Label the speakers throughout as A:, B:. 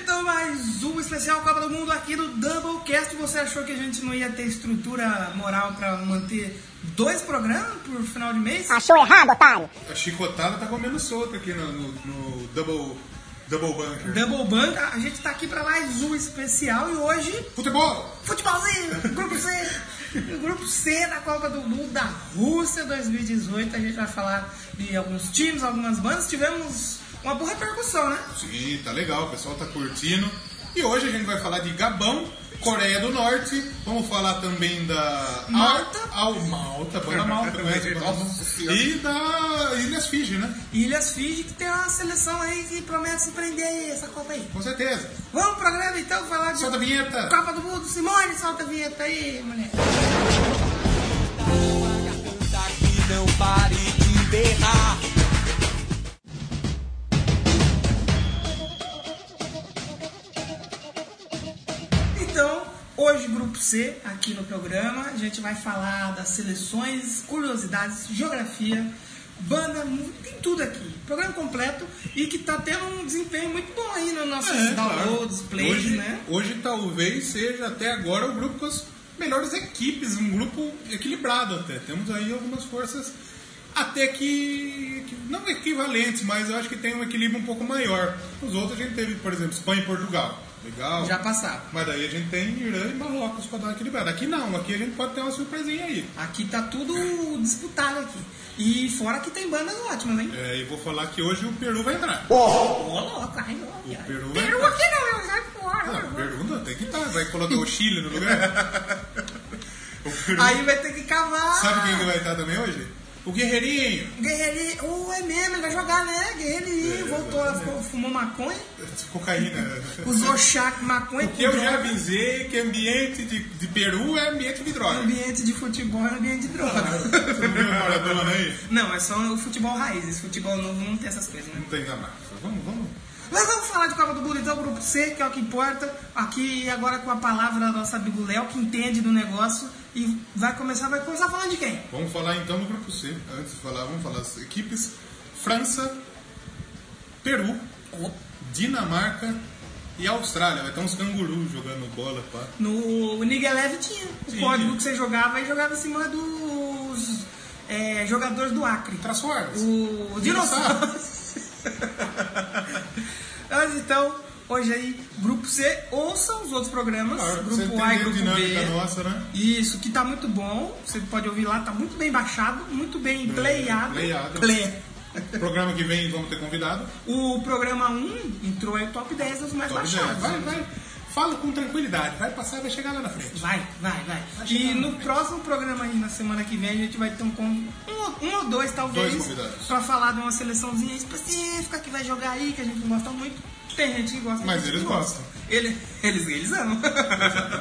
A: então um especial Copa do Mundo aqui do Doublecast. Você achou que a gente não ia ter estrutura moral para manter dois programas por final de mês?
B: Ah.
C: Achou errado, otário?
D: A chicotada tá comendo solta aqui no, no, no Double, double Bunker.
A: Double Bank, a gente tá aqui para mais um especial e hoje
D: Futebol!
A: Futebolzinho, grupo C. Grupo C da Copa do Mundo da Rússia 2018. A gente vai falar de alguns times, algumas bandas. Tivemos uma boa repercussão, né?
D: Sim, tá legal, o pessoal tá curtindo. E hoje a gente vai falar de Gabão, Coreia do Norte, vamos falar também da
A: Malta.
D: Al, Al- Malta, banda Malta, né, conhece a banda Malta?
E: Nossa Senhora.
D: e da Ilhas Fiji, né?
A: Ilhas Fiji, que tem uma seleção aí que promete surpreender aí essa Copa aí.
D: Com certeza.
A: Vamos pro programa então falar de
D: Solta a vinheta.
A: Copa do Mundo. Simone, solta a vinheta aí, mulher. Então, hoje, Grupo C, aqui no programa, a gente vai falar das seleções, curiosidades, geografia, banda, mu- tem tudo aqui. Programa completo e que tá tendo um desempenho muito bom aí nos nossos downloads,
D: É, claro.
A: plays,
D: hoje,
A: né?
D: Hoje talvez seja até agora o grupo com as melhores equipes, um grupo equilibrado até. Temos aí algumas forças até que, que não equivalentes, mas eu acho que tem um equilíbrio um pouco maior. Os outros a gente teve, por exemplo, Espanha e Portugal. Legal.
A: Já passaram.
D: Mas daí a gente tem Irã e Marrocos para dar uma equilibrada. Aqui não, aqui a gente pode ter uma surpresinha aí.
A: Aqui tá tudo disputado aqui. E fora que tem bandas ótimas, hein?
D: É, e vou falar que hoje o Peru vai entrar.
A: Ô, louco, ai, ô, tá viado.
D: Peru vai
A: Peru
D: entrar.
A: aqui não, eu já fora.
D: Ah, o Peru não tem que estar, vai colocar o Chile no lugar. o Peru
A: Aí vai ter que cavar.
D: Sabe quem que vai estar também hoje? O Guerreirinho.
A: Guerreirinho, oh, é mesmo, ele vai jogar, né?
D: É,
A: Guerreirinho, voltou, ela ficou, fumou maconha,
D: Cocaína.
A: usou chá com maconha.
D: Que eu já avisei que ambiente de, de Peru é ambiente de droga.
A: um Ambiente de futebol é ambiente de droga.
D: Você viu o Maradona aí?
A: Não, é só o futebol raiz, esse futebol novo não tem essas coisas, né?
D: Não tem nada mais. Vamos, vamos.
A: Mas vamos falar de Copa do Mundo, então, grupo C, que é o que importa. Aqui agora com a palavra da nossa amigo Léo, que entende do negócio. E vai começar, vai começar falando de quem?
D: Vamos falar então do grupo C. Antes de falar, vamos falar as equipes. França, Peru, Dinamarca e Austrália. Vai ter uns cangurus jogando bola, pá.
A: No Nigelev tinha. O
D: Sim.
A: código que você jogava e jogava em cima dos é, jogadores do Acre.
D: Transformers.
A: O dinossauro. Mas então, hoje aí, grupo C, ouçam os outros programas.
D: Claro, você
A: grupo A e
D: entendeu a
A: grupo
D: dinâmica
A: B.
D: nossa, né?
A: Isso, que tá muito bom. Você pode ouvir lá, tá muito bem baixado, muito bem playado.
D: playado.
A: Play.
D: Programa que vem vamos ter convidado.
A: O programa 1 entrou aí top 10 dos mais
D: Top
A: baixados.
D: 10. Vai, vai. Fala com tranquilidade. Vai passar e vai chegar lá na frente.
A: Vai, vai, vai. E
D: chegar,
A: no
D: né?
A: próximo programa aí, na semana que vem, a gente vai ter um, con- um, um ou dois,
D: Dois
A: talvez,
D: convidados.
A: pra falar de uma seleçãozinha específica que vai jogar aí, que a gente não gosta muito. Tem gente que gosta.
D: Mas
A: tem gente
D: eles
A: que não gosta. Ele, eles, eles amam.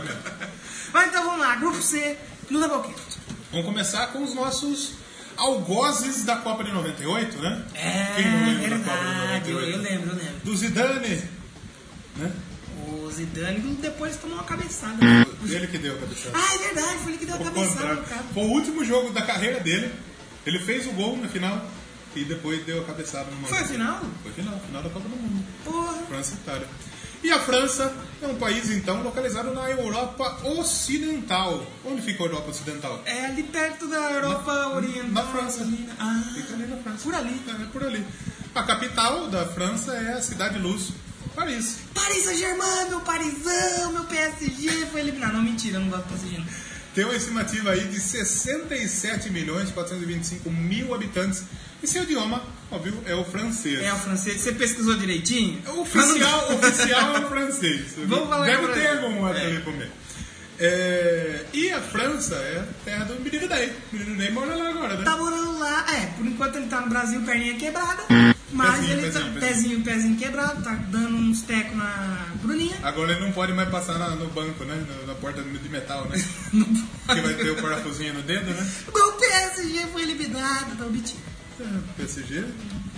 A: Mas então vamos lá, grupo C, no Doublecast.
D: Vamos começar com os nossos algozes da Copa de 98, né?
A: É,
D: Quem não lembra da Copa de
A: verdade, eu,
D: 98?
A: eu lembro, eu lembro.
D: Do Zidane, né?
A: O Zidane depois tomou uma cabeçada.
D: Ele que deu a cabeçada.
A: Ah, é verdade, foi ele que deu a
D: Ao
A: cabeçada no
D: contrário.
A: cara.
D: Foi o último jogo da carreira dele. Ele fez o gol na final e depois deu a cabeçada no
A: Foi a final?
D: Foi final, final da Copa do Mundo.
A: Porra.
D: França e Itália. E a França é um país, então, localizado na Europa Ocidental. Onde fica a Europa Ocidental?
A: É ali perto da Europa Oriental.
D: na França.
A: ali, né? Ah,
D: Fica ali na França.
A: Por ali.
D: É, por ali. A capital da França é a Cidade Luz, Paris.
A: Paris Saint-Germain, meu Parisão, meu PSG foi eliminado. Não, mentira, eu não gosto do PSG. não.
D: Tem uma estimativa aí de 67 milhões 425 mil habitantes. E seu idioma, óbvio, é o francês.
A: É o francês. Você pesquisou direitinho?
D: O Oficial, oficial é o francês.
A: Vamos falar
D: Deve
A: com o
D: ter
A: francês.
D: algum outro
A: É.
D: ali comer. É, e a França é a terra do Menino Ney. O Menino Ney mora lá agora, né?
A: Tá morando lá. É, por enquanto ele tá no Brasil, perninha quebrada. Mas
D: Pezinho,
A: ele tá.
D: pezinho,
A: Pezinho, pezinho quebrado, tá dando uns tecos na Bruninha.
D: Agora ele não pode mais passar na- no banco, né? Na- Na porta de metal, né? que vai ter o parafusinho no dedo, né?
A: Meu PSG foi eliminado, tá não, mentira.
D: PSG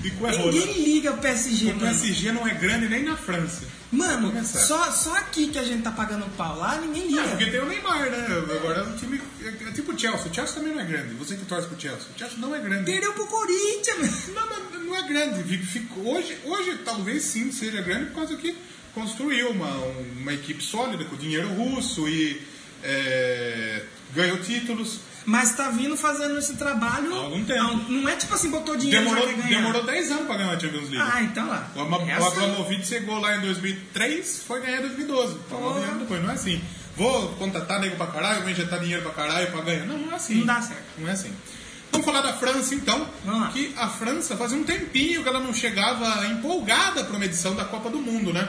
D: e com é rola.
A: Ninguém liga o PSG,
D: O
A: mano.
D: PSG não é grande nem na França.
A: Mano,
D: Começar.
A: só, só aqui que a gente tá pagando pau lá, ninguém
D: É, porque
A: liga.
D: tem o Neymar, né? Agora é um time. É, é tipo o Chelsea. O Chelsea também não é grande. Você que torce pro Chelsea. O Chelsea não é grande.
A: Perdeu pro Corinthians, mano.
D: Não, mas não é grande. Fica- fica- hoje, hoje talvez sim seja grande por causa que construiu uma, uma equipe sólida com dinheiro russo e é, ganhou títulos.
A: Mas tá vindo fazendo esse trabalho.
D: Há algum tempo.
A: há um- Não é tipo assim, botou dinheiro
D: Demorou,
A: já quer ganhar.
D: demorou 10 anos para ganhar a Champions League.
A: Ah, então lá.
D: O Ama-
A: É
D: o
A: assim.
D: Abramovich chegou lá em 2003, foi ganhar em 2012. Tá
A: Porra.
D: 9 anos depois, não é assim. Vou contratar nego pra caralho, vou injetar dinheiro pra caralho pra ganhar. Não, não é assim.
A: Não dá certo.
D: Não é assim. Vamos falar da França então,
A: Vamos lá.
D: que a França fazia um tempinho que ela não chegava empolgada para uma edição da Copa do Mundo, né?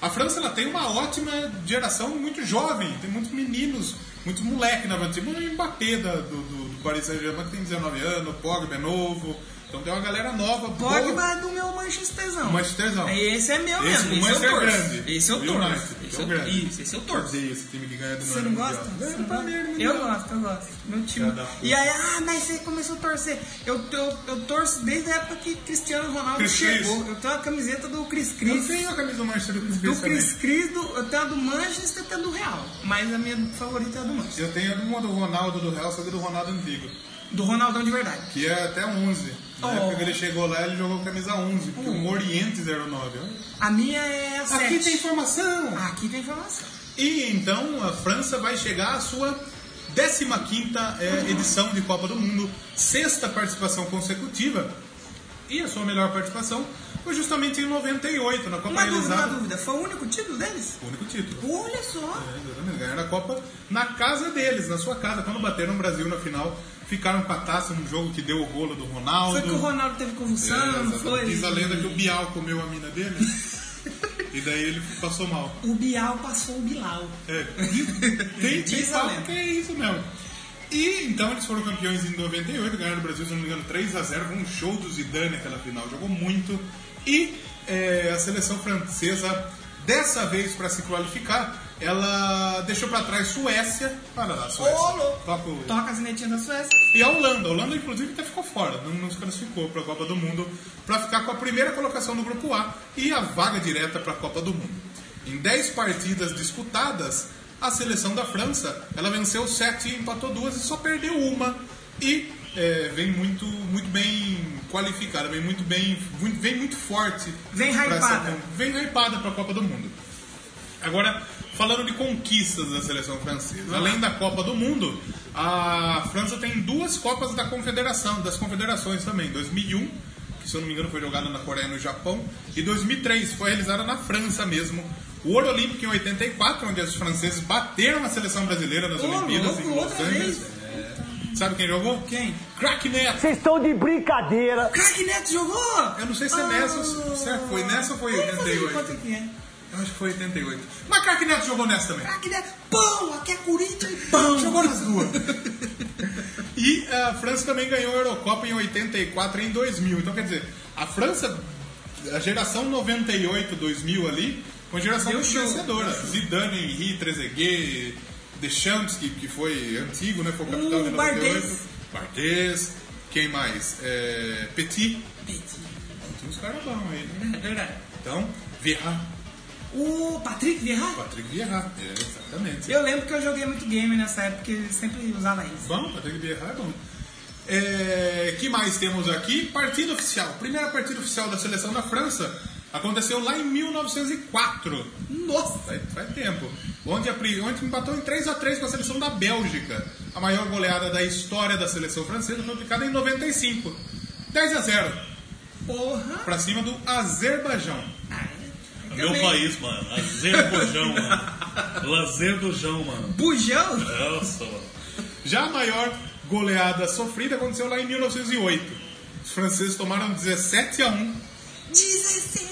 D: A França ela tem uma ótima geração muito jovem, tem muitos meninos, muitos moleques na verdade, tipo o Mbappé da- do, do, do Paris Saint-Germain que tem 19 anos, o Pogba é novo, então tem uma galera nova. boa.
A: Pogba é do meu Manchesterzão.
D: Manchesterzão.
A: Esse é meu
D: Esse,
A: mesmo. Esse
D: o
A: eu
D: Manchester é
A: torço.
D: grande.
A: Esse eu
D: E o
A: torço.
D: United,
A: Esse
D: que é o
A: eu-
D: grande.
A: Isso, esse eu torço.
D: Odeio esse time que ganha do
A: Você
D: Nora
A: não
D: Mundial.
A: gosta?
D: É,
A: Você não
D: pra
A: gosta?
D: mim, ele
A: Eu
D: não-
A: gosto, eu gosto. Meu time.
D: Filha da puta.
A: E aí, ah, mas você começou a torcer. Eu, eu, eu torço desde a época que Cristiano Ronaldo
D: Cris Cris.
A: chegou. Eu tenho a camiseta do Cris
D: Eu
A: Cris.
D: tenho a camisa do Manchester do Chris
A: Do
D: Cris
A: Cris
D: também.
A: Cris, do, eu tenho a do Manchester e tenho a do Real. Mas a minha favorita é a do Manchester.
D: Eu tenho uma do Ronaldo do Real, só que do Ronaldo antigo,
A: Do Ronaldão de verdade.
D: que é até 11. Na
A: Oh.
D: época que ele chegou lá, ele jogou camisa 11, porque o Oriente 09.
A: A minha é a 7.
D: Aqui tem informação!
A: Aqui tem informação.
D: E então a França vai chegar à sua 15ª
A: Oh.
D: é, edição de Copa do Mundo, sexta participação consecutiva e a sua melhor participação foi justamente em 98 na Copa
A: Uma dúvida, uma
D: realizada.
A: dúvida. Foi o único título deles?
D: O único título.
A: Olha só.
D: É, exatamente, Ganharam a Copa na casa deles, na sua casa. Quando bateram o Brasil na final, ficaram com a taça num jogo que deu o rolo do Ronaldo.
A: Foi que o Ronaldo teve
D: É,
A: convulsão, não
D: exatamente.
A: foi?
D: Diz a lenda que o Bial comeu a mina dele e daí ele passou mal.
A: O Bial passou o Bilal.
D: É, tem tem
A: Diz a
D: fala
A: lenda.
D: que é isso mesmo. E então eles foram campeões em 98, ganharam o Brasil, se não me engano, 3x0 com um show do Zidane naquela final, jogou muito. E é, a seleção francesa, dessa vez para se qualificar, ela deixou para trás Suécia. Olha lá, Suécia.
A: Ô, louco. Tá
D: Toca o-
A: Toca a sinetinha da Suécia.
D: e a Holanda. A Holanda, inclusive, até ficou fora, não, não se classificou para a Copa do Mundo, para ficar com a primeira colocação no grupo A e a vaga direta para a Copa do Mundo. Em 10 partidas disputadas, a seleção da França ela venceu 7, empatou duas e só perdeu uma. E é, vem muito, muito bem qualificada, vem muito bem, muito- vem muito forte.
A: Vem
D: pra essa-
A: hypada.
D: Vem hypada para a Copa do Mundo. Agora, falando de conquistas da seleção francesa, além da Copa do Mundo, a França tem duas Copas da Confederação, das Confederações também, 2001, que se eu não me engano foi jogada na Coreia e no Japão, e 2003 foi realizada na França mesmo. O Ouro Olímpico em 84, onde os franceses bateram a seleção brasileira nas
A: Ô,
D: Olimpíadas em
A: louco,
D: Los
A: outra
D: Angeles.
A: vez?
D: É. Sabe quem jogou?
A: Quem?
D: Crack Neto.
C: Vocês estão de brincadeira.
A: Crack Neto jogou? Ah,
D: Eu não sei se é nessa ou se- se é- foi nessa ou foi
A: Vamos fazer de
D: 88?
A: Quanto Ah. que é?
D: Eu acho que foi 88. Mas Crack Neto jogou nessa também.
A: Crack Neto, pão, aqui é Corinthians,
D: Pão.
A: pão. Jogou nas duas.
D: E a França também ganhou a Eurocopa em 84 e em 2000. Então, quer dizer, a França, a geração 98, 2000 ali, foi uma geração
A: Deu
D: muito
A: show.
D: vencedora. Zidane, Henry, Trezeguet, Deschamps, que, que foi antigo, né? Foi o capitão
A: O
D: de 98.
A: Bardes.
D: Bardes. Quem mais? É, Petit.
A: Mentira,
D: Tem uns caras bons aí, né?
A: é verdade.
D: Então, Vieira.
A: O Patrick Vieira?
D: Patrick Vieira. É, exatamente.
A: Eu lembro que eu joguei muito game nessa época, porque ele sempre usava isso.
D: Bom, Patrick Vieira é bom. É, que mais temos aqui? Partida oficial. Primeira partida oficial da seleção da França aconteceu lá em 1904.
A: Nossa!
D: Faz, faz tempo. Onde, a pri- onde empatou em 3x3 com a seleção da Bélgica. A maior goleada da história da seleção francesa foi aplicada em 95. 10x0
A: Porra!
D: para cima do Azerbaijão.
A: Ah, é.
E: Meu
A: Também.
E: país, mano. Lazer do Jão, mano. Lazer do Jão, mano.
A: Bujão?
E: Nossa, mano.
D: Já a maior goleada sofrida aconteceu lá em 1908. Os franceses tomaram 17 a 1
A: 16!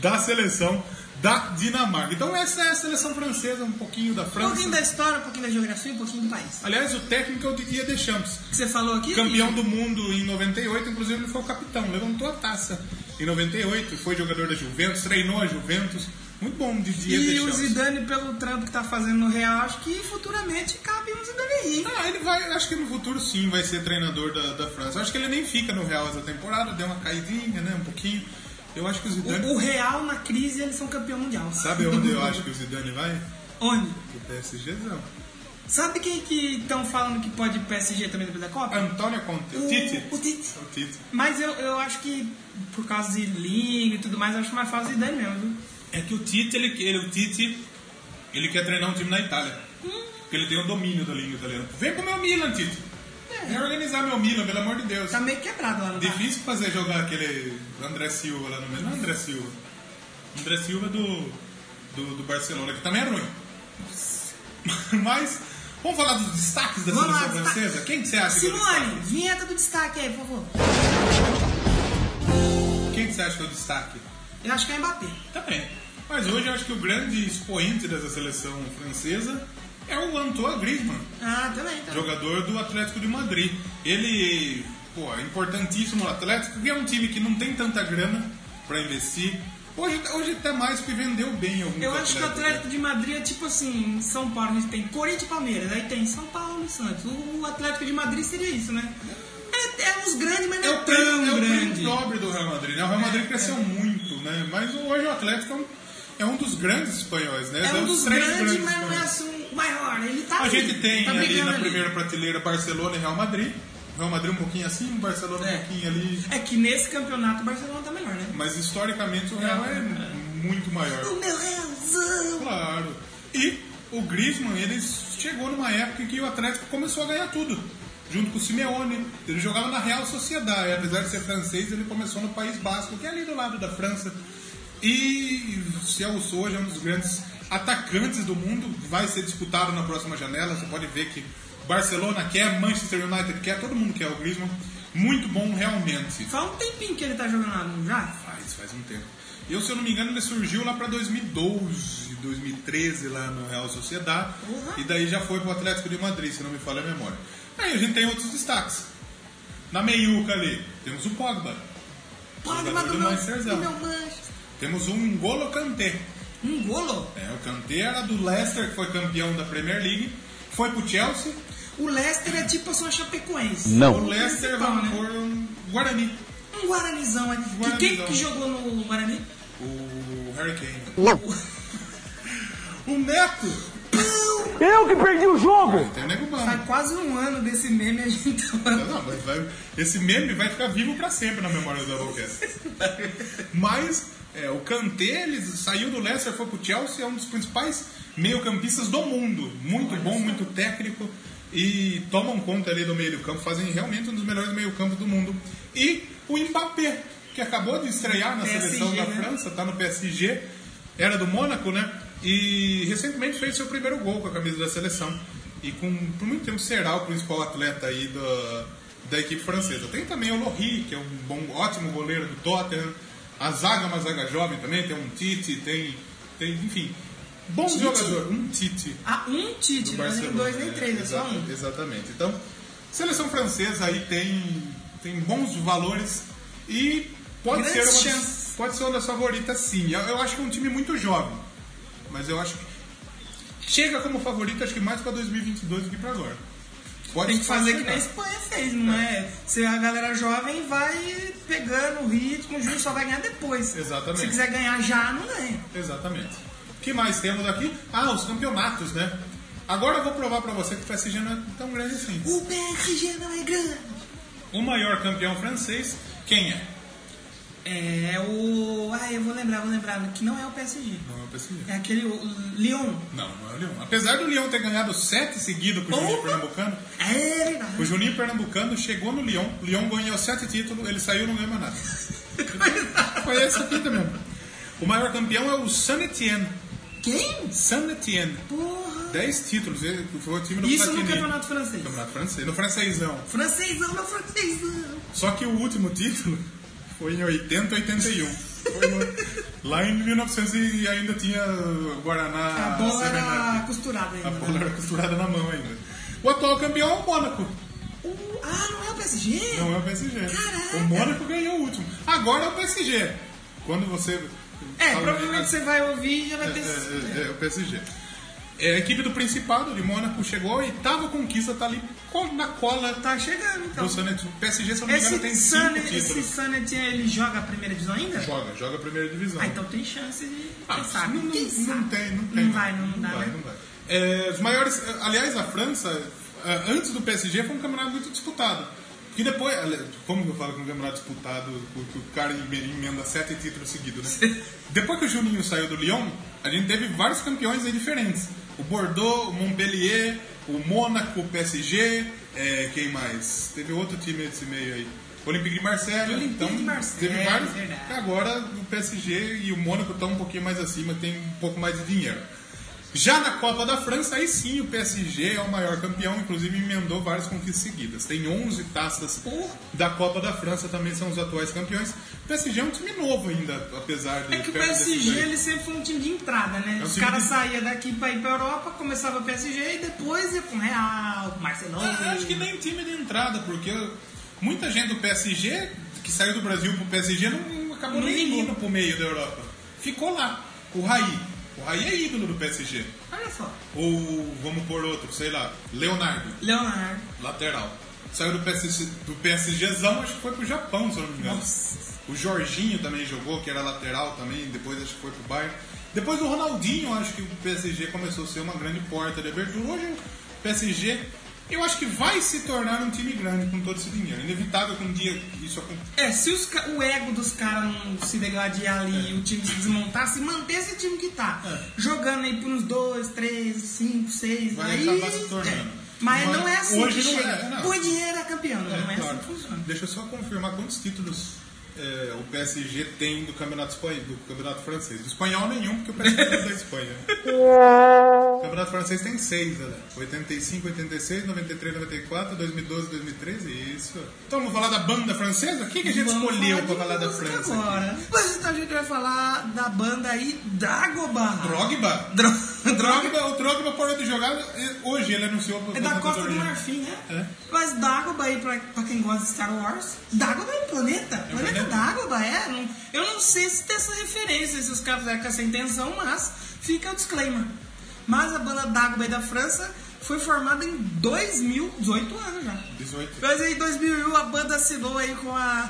D: da seleção da Dinamarca. Então essa é a seleção francesa, um pouquinho da
A: Um pouquinho
D: França.
A: da história, um pouquinho da geografia, um pouquinho do país.
D: Aliás, o técnico é o Didier Deschamps,
A: O que você falou aqui?
D: campeão do mundo em 98, inclusive ele foi o capitão, levantou a taça em 98, foi jogador da Juventus, treinou a Juventus. Muito bom o Didier
A: E o
D: Deschamps.
A: Zidane, pelo trampo que tá fazendo no Real, acho que futuramente cabe um Zidane aí.
D: Ah, ele vai, acho que no futuro sim vai ser treinador da, da França. Acho que ele nem fica no Real essa temporada, deu uma caidinha, né, um pouquinho. Eu acho que o Zidane,
A: O, o Real, na crise, eles são campeão mundial.
D: sabe onde eu acho que o Zidane vai?
A: Onde?
D: O PSGzão.
A: Sabe quem que estão falando que pode ir pro PSG também depois da Copa?
D: Antônio Conte,
A: O-
D: É, o Tite.
A: O Tite.
D: O Tite.
A: Mas eu, eu acho que, por causa de Liga e tudo mais, eu acho mais fácil o Zidane mesmo, viu?
D: É que o Tite, ele, ele- o Tite, ele quer treinar um time na Itália. Porque ele tem o domínio da língua italiana. Vem pro meu Milan, Tite.
A: É.
D: Vem organizar meu Milan, pelo amor de Deus.
A: Tá meio quebrado lá no
D: Difícil fazer jogar aquele André Silva lá no meio. Não é André Silva. André Silva é do, do, do Barcelona, que também é ruim. Mas, vamos falar dos destaques da
A: Vamos lá,
D: seleção
A: destaque.
D: francesa? Quem que você acha que é o
A: Simone,
D: destaque?
A: vinheta do destaque aí, por favor.
D: Quem que você acha que é o destaque?
A: Eu acho que é Mbappé.
D: Também. Mas hoje eu acho que o grande expoente dessa seleção francesa é o Antoine Griezmann,
A: Ah, também, também.
D: jogador do Atlético de Madrid. Ele, pô, é importantíssimo no Atlético, que é um time que não tem tanta grana pra investir. Hoje, hoje até mais porque vendeu bem alguns
A: Eu acho que o
D: atletas, né?
A: Atlético de Madrid é tipo assim, em São Paulo a gente tem Corinthians e Palmeiras, aí tem São Paulo e Santos. O o Atlético de Madrid seria isso, né? É, é uns grandes, mas não
D: É
A: é,
D: o
A: tão
D: prêmio, é o prêmio
A: grande. É,
D: dobre do Real Madrid, né? O Real Madrid cresceu muito, né? Mas hoje o Atlético é um, é um dos grandes espanhóis, né?
A: é um dos
D: três
A: grandes, mas não é
D: espanhóis.
A: assim o maior. Ele tá
D: A
A: ali,
D: gente tem
A: tá
D: ali
A: brigando
D: na primeira prateleira Barcelona e Real Madrid. Real Madrid um pouquinho acima, Barcelona
A: É.
D: um pouquinho ali.
A: É que nesse campeonato o Barcelona tá melhor, né?
D: Mas historicamente o Real é muito maior.
A: O meu Realzão!
D: Claro. E o Griezmann, ele chegou numa época em que o Atlético começou a ganhar tudo. Junto com o Simeone. Ele jogava na Real Sociedade. e Apesar de ser francês, ele começou no País Basco, que é ali do lado da França. E se alçou hoje é um dos grandes atacantes do mundo. Vai ser disputado na próxima janela. Você pode ver que Barcelona quer, Manchester United quer, todo mundo quer o Griezmann. Muito bom realmente.
A: Faz um tempinho que ele tá jogando lá, não já?
D: Faz, faz um tempo. Eu, se eu não me engano, ele surgiu lá pra 2012, 2013, lá no Real Sociedade.
A: Uhum.
D: E daí já foi pro Atlético de Madrid, se não me falha a memória. Aí a gente tem outros destaques. Na meiuca ali, temos o Pogba.
A: Pogba
D: Jogador
A: do
D: do
A: meu, do
D: Manchesterzão.
A: um meu Manchester.
D: Temos um Golo Kanté.
A: Um golo?
D: É, o Kanté era do Leicester, que foi campeão da Premier League. Foi pro Chelsea.
A: O Leicester é tipo assim, uma Chapecoense.
C: Não.
D: O Leicester
A: Principal,
D: vai
A: né?
D: pôr um Guarani.
A: Um Guaranizão aí. Que quem
D: Guaranizão.
A: que jogou no Guarani?
D: O Harry Kane.
C: Não.
D: O Neto.
C: Eu que perdi o jogo!
D: Tem o Nego Bamba.
A: Há quase um ano desse meme a gente tá
D: Não,
A: tava.
D: não, mas vai- esse meme vai ficar vivo pra sempre na memória do Doublecast. Mas é, o Kanté, ele saiu do Leicester, foi pro Chelsea, é um dos principais meio-campistas do mundo. Muito bom, muito técnico e tomam conta ali do meio do campo, fazem realmente um dos melhores meio-campos do mundo. E o Mbappé, que acabou de estrear na
A: PSG,
D: seleção da
A: né?
D: França, tá no PSG, era do Mônaco, né? E recentemente fez seu primeiro gol com a camisa da seleção. E com, por muito tempo será o principal atleta aí da, da equipe francesa. Tem também o Lohri, que é um bom, ótimo goleiro do Tottenham. A zaga é uma zaga jovem também, tem um Tite, tem. tem enfim, bom
A: Tite?
D: jogador. Um Tite
A: Ah, um
D: do
A: Tite, não é nem
D: Barcelona.
A: dois nem
D: né?
A: três, é só
D: Exata-
A: um.
D: Exatamente. Então, seleção francesa aí tem, tem bons valores e pode ser,
A: Grandes
D: uma, das-
A: chances.
D: pode ser uma das favoritas, sim. Eu, eu acho que é um time muito jovem, mas eu acho que chega como favorito, acho que mais para 2022 do que para agora. Pode
A: Tem que fazer que
D: chegar.
A: na Espanha fez, não é? Se a galera jovem vai pegando o ritmo, o Júnior só vai ganhar depois.
D: Exatamente.
A: Se quiser ganhar já, não ganha.
D: Exatamente. O que mais temos aqui? Ah, os campeonatos, né? Agora eu vou provar para você que o PSG não é tão grande assim.
A: O PSG não é grande.
D: O maior campeão francês, quem é?
A: É o. Ah, eu vou lembrar, vou lembrar, que não é o PSG.
D: Não é o PSG.
A: É aquele. o- o Lyon.
D: Não, não é o Leão. Apesar do Leão ter ganhado sete seguidos com o
A: Porra!
D: Juninho Pernambucano,
A: É verdade.
D: o Juninho Pernambucano chegou no Leão, o Leão ganhou sete títulos, ele saiu e não ganhou mais nada. Foi essa fita mesmo. O maior campeão é o San Etienne.
A: Quem?
D: San Etienne.
A: Porra!
D: Dez títulos, ele foi o time do
A: Isso no
D: Platini.
A: campeonato francês.
D: Campeonato francês, no francesão.
A: Francesão, meu francesão!
D: Só que o último título foi em 80, 81. Foi no- lá em 1900 e ainda tinha o
A: A
D: Guaraná.
A: bola
D: Seven
A: era
D: Up.
A: costurada ainda.
D: é A
A: né?
D: bola era costurada na mão ainda. O atual campeão é o Mônaco.
A: Uh, ah, não é o PSG?
D: Não é o PSG.
A: Caraca.
D: O Mônaco ganhou o último. Agora é o PSG. Quando você.
A: É,
D: fala-
A: provavelmente você vai ouvir e já
D: É,
A: vai ter.
D: é, é, é o PSG. É, a equipe do Principado de Mônaco chegou a oitava conquista, tá ali co- na cola
A: Tá chegando então.
D: do San Etienne. O PSG, se eu não me engano, tem
A: Esse Sun,
D: cinco
A: esse
D: títulos.
A: Sun Etienne, ele joga a primeira divisão ainda?
D: Joga, joga a primeira divisão.
A: Ah, então tem chance de.
D: Ah,
A: Quem sabe?
D: Não, não,
A: Quem
D: não
A: sabe?
D: tem, não
A: Não
D: tem.
A: vai, não dá,
D: vai,
A: né?
D: não vai. É, os maiores, aliás, a França, eh, antes do PSG, foi um campeonato muito disputado. Porque depois, ale- como que eu falo que um campeonato disputado, o- que o cara Ribeirinho emenda sete títulos seguidos, né? depois que o Juninho saiu do Lyon, a gente teve vários campeões aí diferentes. O Bordeaux, o Montpellier, o Mônaco, o PSG, é, quem mais? Teve outro time desse meio aí. O Olympique de Marseille,
A: Olympique
D: então
A: de Marseille, é
D: teve vários.
A: verdade.
D: Agora o PSG e o Mônaco estão um pouquinho mais acima, tem um pouco mais de dinheiro. Já na Copa da França, aí sim o PSG é o maior campeão, inclusive emendou várias conquistas seguidas. Tem 11 taças da Copa da França, também são os atuais campeões. O PSG é um time novo ainda, apesar de.
A: É que o
D: perto desse
A: PSG
D: daí.
A: ele sempre foi um time de entrada, né?
D: É um
A: Os
D: time
A: caras
D: de-
A: saíam daqui pra ir pra Europa, começava o PSG e depois ia com Real, com Barcelona.
D: Ah, acho que nem time de entrada, porque muita gente do PSG, que saiu do Brasil pro PSG, não acabou
A: Não
D: nem
A: vingou.
D: indo pro meio da Europa. Ficou lá, o Raí. O Raí é ídolo do PSG.
A: Olha só.
D: Ou vamos por outro, sei lá, Leonardo.
A: Leonardo.
D: lateral. Saiu do, PSG, do PSGzão, acho que foi pro Japão, se eu não me engano. O Jorginho também jogou, que era lateral também, depois acho que foi pro Bayern. Depois o Ronaldinho, acho que o PSG começou a ser uma grande porta de abertura. Hoje o PSG, eu acho que vai se tornar um time grande com todo esse dinheiro. Inevitável que um dia isso aconteça.
A: É, se os ca- o ego dos caras não se degladiar ali
D: É.
A: e o time se desmontar, se manter esse time que tá, jogando aí por uns 2, 3, 5, 6,
D: Vai
A: aí...
D: acabar se tornando.
A: é. Mas,
D: Mas
A: não é assim
D: hoje
A: que
D: não é,
A: chega.
D: não.
A: Põe dinheiro é campeão, não é assim
D: claro.
A: que funciona.
D: Deixa eu só confirmar quantos títulos eh, o PSG tem do campeonato, espanhol, do campeonato francês. Do espanhol nenhum, porque o PSG é da Espanha. O campeonato francês tem seis, né? 85, 86, 93, 94, 2012, 2013, isso. Então vamos falar da banda francesa? O que, que a gente
A: Vamos
D: escolheu
A: de
D: pra falar da
A: música
D: França?
A: Agora. Mas então a gente vai falar da banda aí, Dagobah.
D: Drogba?
A: Dro...
D: Drogba, o Drogba parou de jogar eh, hoje, ele anunciou... pra-
A: É da
D: pra-
A: Costa
D: pra-
A: do Marfim, né?
D: É.
A: Mas Dagobah aí, pra, pra quem gosta de Star Wars, Dagobah é um planeta. planeta
D: planeta.
A: Dagobah, é. Não- eu não sei se tem essa referência, se os caras fizeram com essa intenção, mas fica o disclaimer. Mas a banda Dagobah aí da França foi formada em 2018 anos já.
D: 18.
A: Mas aí, em 2001, a banda assinou aí com a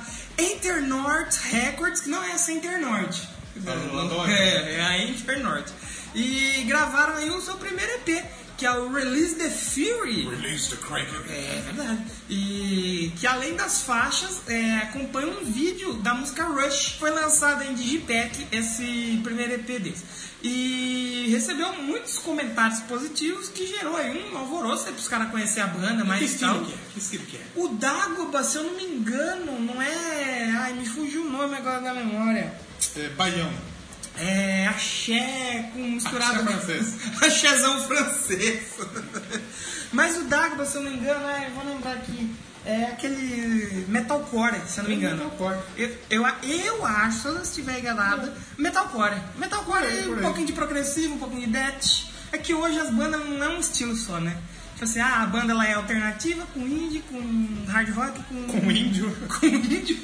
A: Internord Records, que não é essa Internord.
D: Tá London. né?
A: É, é a Internord. E gravaram aí o seu primeiro EP, que é o Release the Fury.
D: Release the Kraken.
A: É verdade. E que além das faixas, é, acompanha um vídeo da música Rush. Foi lançado em Digipack esse primeiro EP deles. E recebeu muitos comentários positivos que gerou aí um alvoroço para os caras conhecerem a banda
D: Que
A: mais tal.
D: estilo que é? Que estilo que é?
A: O Dagoba, se eu não me engano, não é. Ai, me fugiu o nome agora da memória.
D: É, Baião.
A: É axé com misturado
D: Axé francês.
A: Axézão francês. Mas o Dagba, se eu não me engano, é, vou lembrar aqui. É aquele metalcore, se eu não me engano.
D: Metalcore.
A: Eu, eu, eu acho, se eu não estiver enganado, metalcore. Metalcore
D: É,
A: é,
D: por
A: um
D: aí.
A: pouquinho de progressivo, um pouquinho de death. É que hoje as bandas não é um estilo só, né? Tipo assim, ah, a banda ela é alternativa, com indie, com hard rock,
D: Um índio.
A: com vídeo.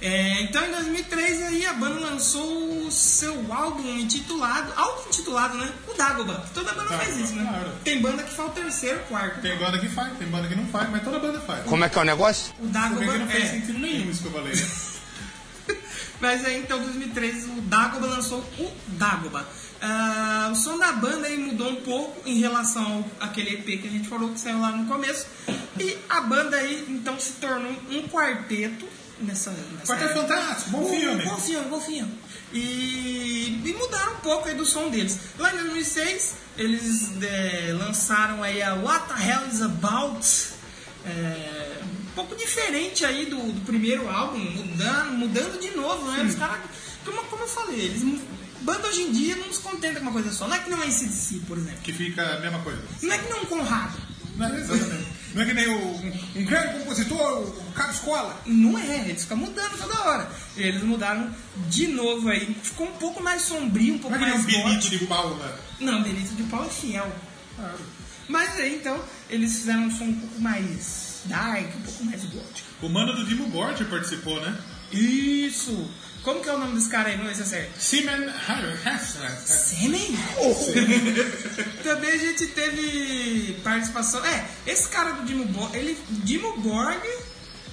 A: É, então em 2003 aí a banda lançou o seu álbum intitulado, álbum intitulado, né? O Dagoba. Toda banda faz
D: Dagobah,
A: isso, né?
D: claro.
A: Tem banda que faz o terceiro, quarto.
D: Tem banda que faz, tem banda que não faz, mas toda banda faz.
C: Como é que é o negócio?
A: O
D: Você vê
A: Dagoba
D: que não fez
A: é.
D: sentido nenhum isso que eu falei. né?
A: Mas aí então em 2003 o Dagoba lançou o Dagoba. Ah, o som da banda aí mudou um pouco em relação ao- àquele EP que a gente falou que saiu lá no começo. E a banda aí então se tornou um quarteto nessa, nessa
D: Quarteto
A: época.
D: Fantástico, bom
A: Bom,
D: filme.
A: Bom filme, bom filme. E, e mudaram um pouco aí do som deles. Lá em 2006, eles é, lançaram aí a What the Hell is About. É, um pouco diferente aí do, do primeiro álbum, mudando, mudando de novo, né? Os caras, como, como eu falei, eles... Banda hoje em dia não se contenta com uma coisa só. Não é que não é CDC, por exemplo.
D: Que fica a mesma coisa.
A: Não é que não é um Conrado.
D: Não é, exatamente. Não é que nem o, um, um grande compositor, o Carlos Cola.
A: Não é, eles ficam mudando toda hora. Eles mudaram de novo aí. Ficou um pouco mais sombrio, um pouco
D: Não é que nem
A: mais
D: o Benito
A: gótico.
D: de Paula.
A: Não, Benito de Paula é fiel. Mas aí, então, eles fizeram um som um pouco mais dark, um pouco mais gótico.
D: O mano do Dimo Borgia participou, né?
A: Isso! Como que é o nome dos caras aí? Não, isso é certo.
D: Simon Harris.
A: Semen? Também a gente teve participação... É, esse cara do Dimo Borg, ele... Dimo Borg...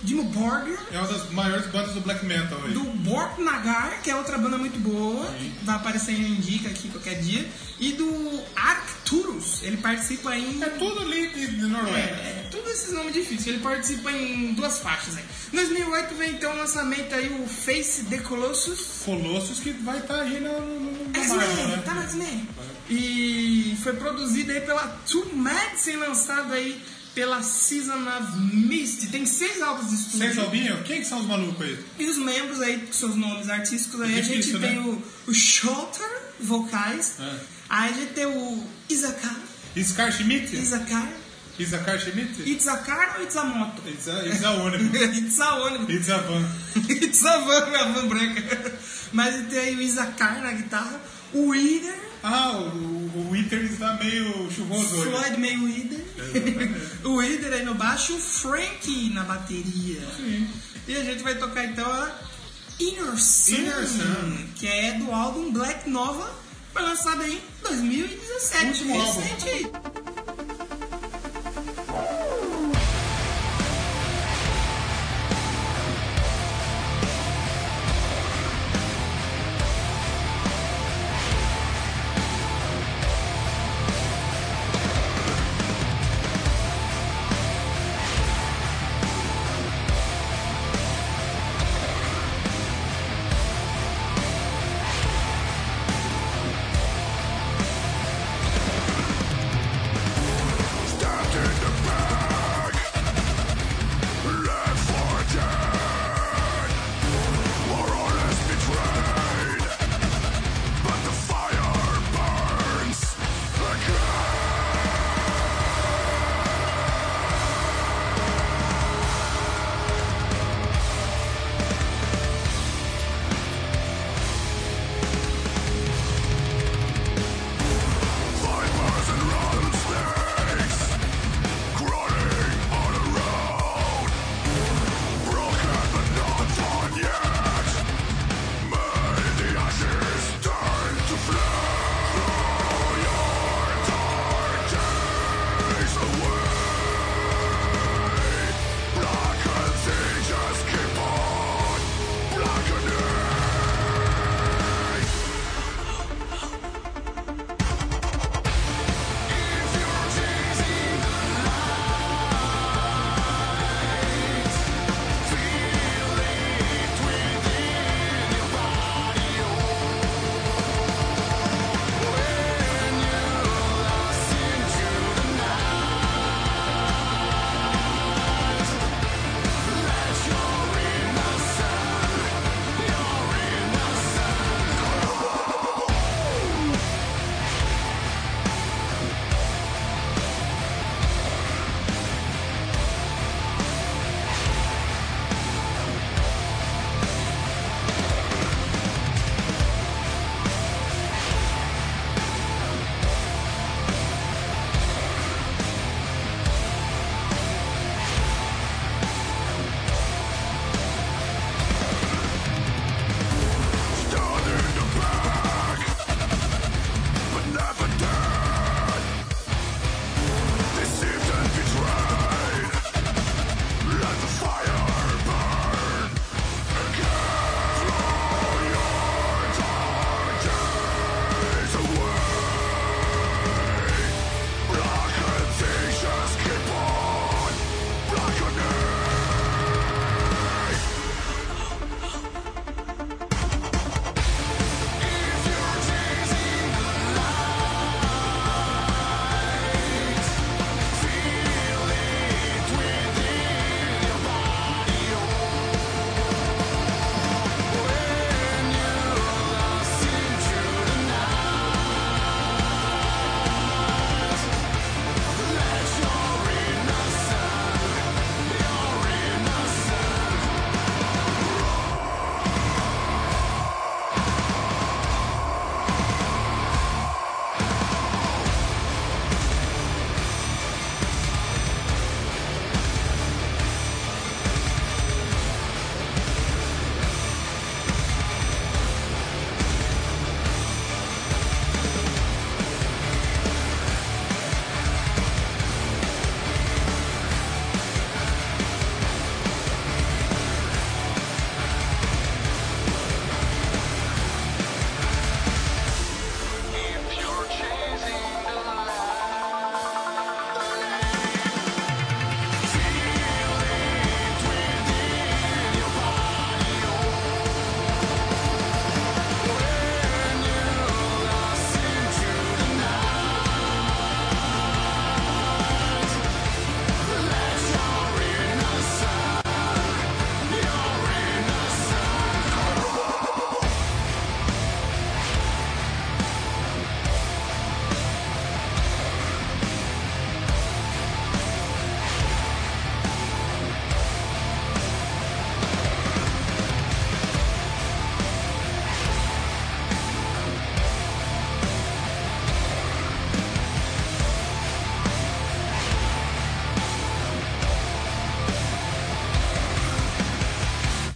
A: Dimmu Borgir,
D: É uma das maiores bandas do black metal aí.
A: do Borg Nagar, que é outra banda muito boa, que vai aparecer em Indica aqui qualquer dia, e do Arcturus, ele participa em...
D: É tudo ali de, de Noruega.
A: É, é, todos esses nomes difíceis. Ele participa em duas faixas aí. Em 2008 vem então o lançamento aí, o Face the Colossus.
D: Colossus que vai estar aí na, no, no, no Marvel,
A: X-Men,
D: né?
A: tá no X-Men. E foi produzido aí pela Two Madsen, lançado aí pela Season of Mist. Tem seis álbuns de estúdio.
D: Vocês ouviram? Quem que são os malucos aí?
A: E os membros aí, com seus nomes artísticos aí,
D: É
A: a gente
D: difícil,
A: tem
D: né?
A: o, o Shorter, vocais.
D: É.
A: Aí a gente tem o Izakar,
D: Scar Schmidt?
A: Izakar,
D: Isakar Schmidt?
A: Itzakar ou Itzamoto?
D: Isa Isa ônibus.
A: Itzaônibus.
D: Isa van.
A: Pizza Van, minha van branca. Mas tem aí o Isakar na guitarra, o Wither,
D: Ah, o, o- o Winter está meio chuvoso hoje.
A: Floyd meio Wither, o Wither aí no baixo, o Frank na bateria. E a gente vai tocar então a Inner Sun,
D: Inner Sun.
A: que é do álbum Black Nova, foi lançado em 2017.
D: Último álbum.
A: recente aí.
F: Thank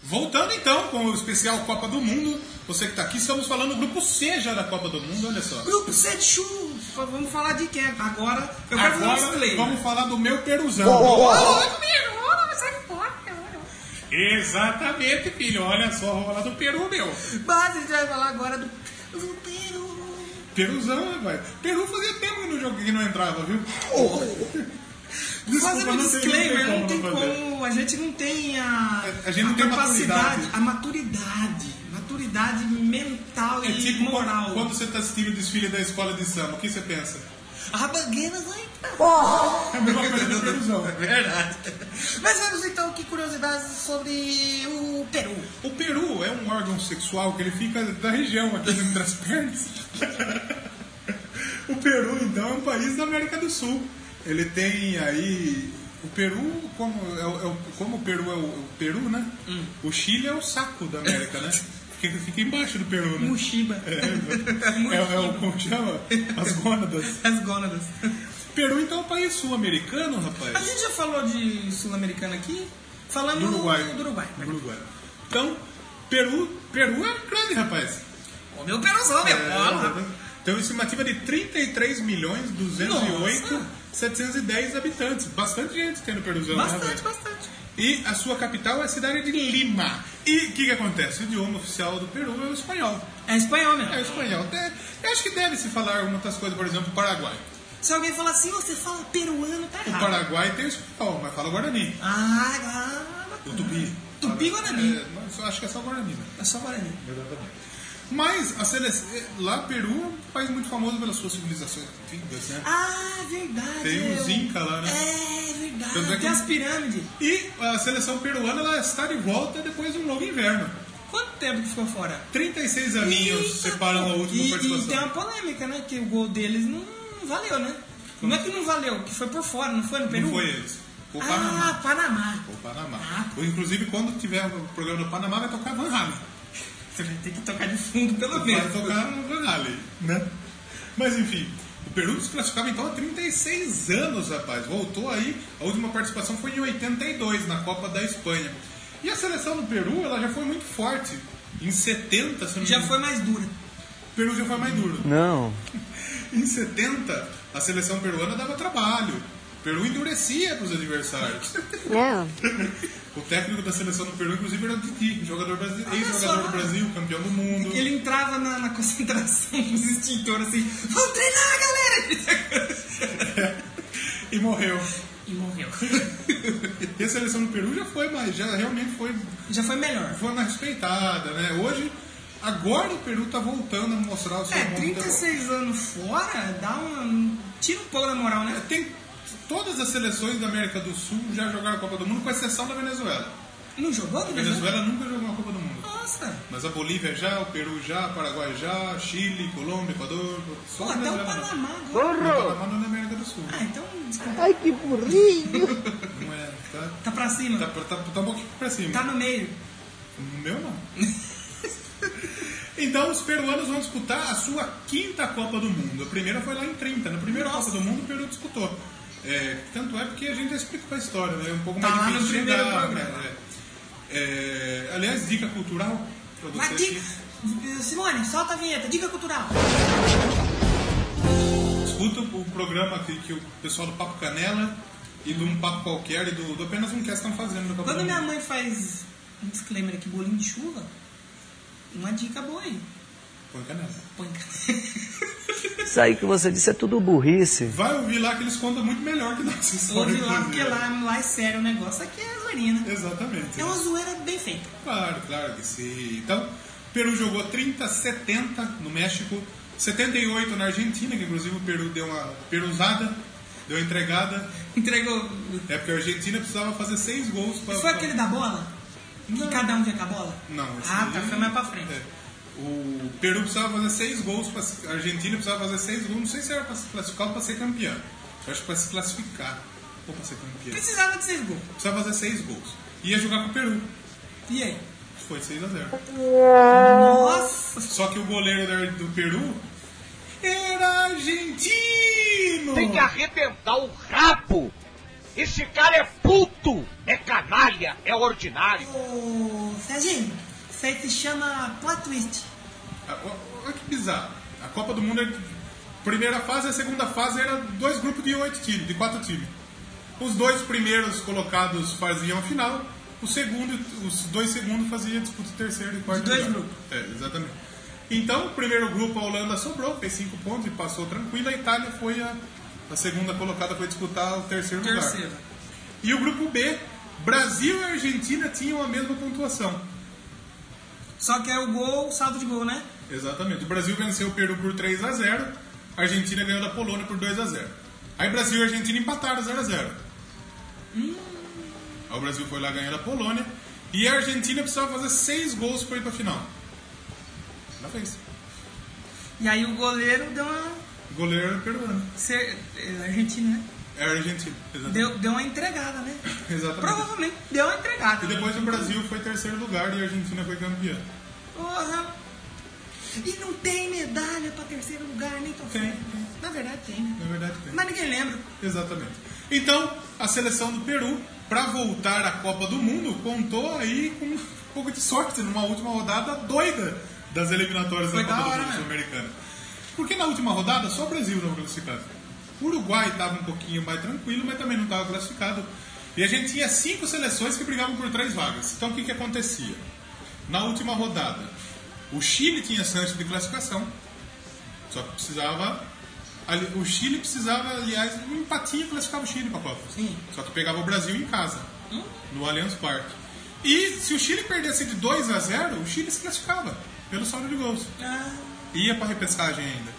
D: Voltando então com o especial Copa do Mundo, você que está aqui, estamos falando do grupo C já da Copa do Mundo, olha só.
A: Grupo C de churro. Vamos falar de quem? Agora, eu quero fazer um
D: Agora
A: disclaimer.
D: vamos falar do meu peruzão. Exatamente, filho. Olha só, vamos falar do peru, meu.
A: Mas a gente vai falar agora do... do Peru.
D: Peruzão, né, velho? Peru fazia tempo que no jogo que não entrava, viu? Desculpa,
A: Oh. Fazendo um
D: não tem-
A: disclaimer, não tem
D: fazer.
A: como, a gente não tem a,
D: A gente não tem
A: capacidade,
D: maturidade.
A: a maturidade, maturidade mental
D: É
A: e
D: tipo
A: moral.
D: quando, quando você tá assistindo o desfile da escola de samba, o que você pensa?
A: A bangueira vai
D: É a mesma coisa do peruzão.
A: Verdade. Mas vamos então, que curiosidades sobre o Peru.
D: O peru é um órgão sexual que ele fica da região, aqui dentro das pernas. o Peru, então, é um país da América do Sul. Ele tem aí... O Peru, como, é, o- é o- como o Peru é o, o Peru, né? O Chile é o saco da América, né? Porque ele fica embaixo do Peru, né?
A: Mushiba.
D: É, é o como chama? As gônadas.
A: As gônadas.
D: Peru então é um país sul-americano,
A: A
D: rapaz.
A: gente já falou de sul-americano aqui? Falamos
D: Do Uruguai.
A: do Uruguai.
D: Do Uruguai. Então, Peru, Peru é grande, rapaz.
A: Ô, meu peruzão, meu.
D: É,
A: Olha lá.
D: Tem uma estimativa de 33 milhões 208 710 habitantes. Bastante gente tem no Peruzão. né,
A: Bastante,
D: rapaz?
A: bastante.
D: E a sua capital é a cidade de Lima. E o que, que acontece? O idioma oficial do Peru é o espanhol.
A: É espanhol mesmo.
D: É o espanhol. Até- eu acho que deve se falar muitas coisas, por exemplo, o Paraguai.
A: Se alguém falar assim, você fala peruano, tá
D: O
A: errado.
D: Paraguai tem o espanhol, mas fala Guarani.
A: Ah, ah,
D: O Tupi.
A: Tupi Guarani.
D: É, mas eu acho que é só Guarani, né?
A: É só Guarani.
D: Mas a seleção, lá Peru é um país muito famoso pelas suas civilizações antigas, né?
A: Ah, verdade.
D: Tem
A: eu-
D: uns Inca lá, né?
A: É verdade.
D: Tanto é que-
A: Tem as pirâmides.
D: E a seleção peruana ela está de volta depois de um longo inverno.
A: Quanto tempo que ficou fora?
D: 36 aninhos
A: Eita,
D: separam a
A: pô.
D: última
A: e, E tem
D: participação.
A: uma polêmica, né? Que o gol deles não, não valeu, né? Não é que não valeu, que foi por fora, não foi no Peru?
D: Não foi eles. Foi o Panamá.
A: Ah, Panamá.
D: Foi o Panamá.
A: Ah.
D: Ou, Inclusive, quando tiver o programa do Panamá, vai tocar Van Halen.
A: Você vai ter que tocar de fundo, pelo
D: Vai
A: menos.
D: tocar Van Halen, né? Mas enfim, o Peru desclassificava então há 36 anos, rapaz. Voltou aí, a última participação foi em 82, na Copa da Espanha. E a seleção do Peru, ela já foi muito forte. Em 70, se não me
A: Já
D: engano.
A: foi mais dura.
D: O Peru já foi mais duro.
C: Não.
D: Em 70, a seleção peruana dava trabalho. O Peru endurecia para os adversários.
F: Yeah.
D: O técnico da seleção do Peru, inclusive, era o Titi, um jogador brasile-
A: Olha
D: ex-jogador
A: só.
D: do Brasil, campeão do mundo.
A: Ele entrava na, na concentração dos extintores assim, vamos treinar, galera!
D: E morreu.
A: E morreu.
D: E a seleção do Peru já foi, mas já realmente foi,
A: Já foi melhor.
D: foi mais respeitada, né? Hoje, agora o Peru tá voltando a mostrar o seu
A: É,
D: bom futebol.
A: 36 anos fora, dá um. Tira um pouco da moral, né?
D: Tem, todas as seleções da América do Sul já jogaram a Copa do Mundo, com exceção da Venezuela.
A: Não jogou
D: A
A: no Brasil?
D: Venezuela nunca jogou uma Copa do Mundo.
A: Nossa!
D: Mas a Bolívia já, o Peru já, Paraguai já, Chile, Colômbia, Equador, só
A: Pô, até o
D: Venezuela não.
A: Panamá agora.
D: O
C: Burro!
D: Panamá não é América do Sul.
A: Ah, então desculpa.
F: Ai, que burrinho.
D: Não é, tá?
A: tá pra cima.
D: Tá,
A: Tá,
D: pra- tá, tá um pouquinho pra cima. Tá
A: no meio.
D: No meu não. então os peruanos vão disputar a sua quinta Copa do Mundo. A primeira foi lá em 30. Na primeira Copa do Mundo o Peru disputou. É, tanto é porque a gente já explicou a história, né? É um pouco
A: Tá lá
D: mais
A: no
D: difícil de
A: primeiro
D: dar,
A: programa.
D: né? É, aliás, dica cultural pra Tá você.
A: Mas dica.
D: que-
A: Simone, solta a vinheta, dica cultural.
D: Escuta o programa que, que o pessoal do Papo Canela e do Um Papo Qualquer e do, do Apenas Um Cast estão fazendo. no Copa
A: Quando
D: do
A: minha
D: Mundo.
A: mãe faz um disclaimer aqui, bolinho de chuva, uma dica boa aí.
D: Põe Canela.
A: Põe cá.
C: Isso aí que você disse é tudo burrice.
D: Vai ouvir lá que eles contam muito melhor que nós.
A: Ouve lá, porque lá, lá é sério o negócio. Aqui é zoeirinha, né?
D: Exatamente.
A: É uma zoeira bem feita.
D: Claro, claro que sim. Então, Peru jogou 30, 70 no México, 78 na Argentina, que inclusive o Peru deu uma peruzada, deu uma entregada.
A: Entregou.
D: É porque a Argentina precisava fazer seis gols para.
A: Foi aquele da bola? Que cada um vem com a bola?
D: Não, esse
A: Ah, tá,
D: daí-
A: foi mais pra frente.
D: É. O Peru precisava fazer seis gols, pra- a Argentina precisava fazer seis gols, não sei se era para se classificar ou para ser campeã. Eu acho que para se classificar ou para ser campeã.
A: Precisava de seis gols.
D: Precisava fazer seis gols. Ia jogar com o Peru.
A: E aí?
D: Foi 6 a 0
A: Nossa!
D: Só que o goleiro da- do Peru era argentino!
G: tem que arrebentar o rabo. Esse cara é puto.
F: bruto, é canalha, é ordinário.
A: Ô, Serginho, isso aí se chama plot twist.
D: Olha Ah, que bizarro. A Copa do Mundo, a primeira fase e a segunda fase era dois grupos de oito times, de quatro times. Os dois primeiros colocados faziam a final, o segundo, os dois segundos faziam a disputa do terceiro e quarto
A: De dois
D: lugar.
A: grupos.
D: É, exatamente. Então, o primeiro grupo, a Holanda sobrou, fez cinco pontos e passou tranquila. A Itália foi a, a segunda colocada, foi disputar o terceiro, lugar.
A: Terceiro.
D: E o grupo B, Brasil e Argentina tinham a mesma pontuação.
A: Só que é o gol, saldo de gol, né?
D: Exatamente. O Brasil venceu o Peru por 3 a 0 a Argentina ganhou da Polônia por 2 a 0 Aí Brasil e Argentina empataram 0 a 0 Aí o Brasil foi lá ganhar da Polônia. E a Argentina precisava fazer 6 gols para ir para final. Já fez.
A: E aí o goleiro deu uma.
D: O goleiro era peruano.
A: Ser... é, Argentina, né?
D: É a Argentina. Exatamente.
A: Deu, deu uma entregada, né?
D: Exatamente.
A: Provavelmente deu uma entregada.
D: E depois o Brasil foi terceiro lugar e a Argentina foi campeã.
A: Porra! E não tem medalha pra terceiro lugar, nem troféu.
D: Tem,
A: Na verdade tem, né?
D: Na verdade tem.
A: Mas ninguém lembra.
D: Exatamente. Então, a seleção do Peru, para voltar à Copa do Mundo, contou aí com um pouco de sorte numa última rodada doida das eliminatórias
A: Foi
D: da
A: da
D: Copa
A: hora,
D: do Mundo
A: né?
D: Sul-Americana. Porque na última rodada só o Brasil não classificado. O Uruguai estava um pouquinho mais tranquilo, mas também não estava classificado. E a gente tinha cinco seleções que brigavam por três vagas. Então o que, que acontecia? Na última rodada, o Chile tinha chance de classificação, só que precisava. ali- o Chile precisava, aliás, um empatinho classificava o Chile para a Copa.
A: Sim. Hum?
D: Só que pegava o Brasil em casa, no Allianz Parque. E se o Chile perdesse de 2 a 0, o Chile se classificava pelo saldo de gols.
A: Ah,
D: Ia para repescagem ainda.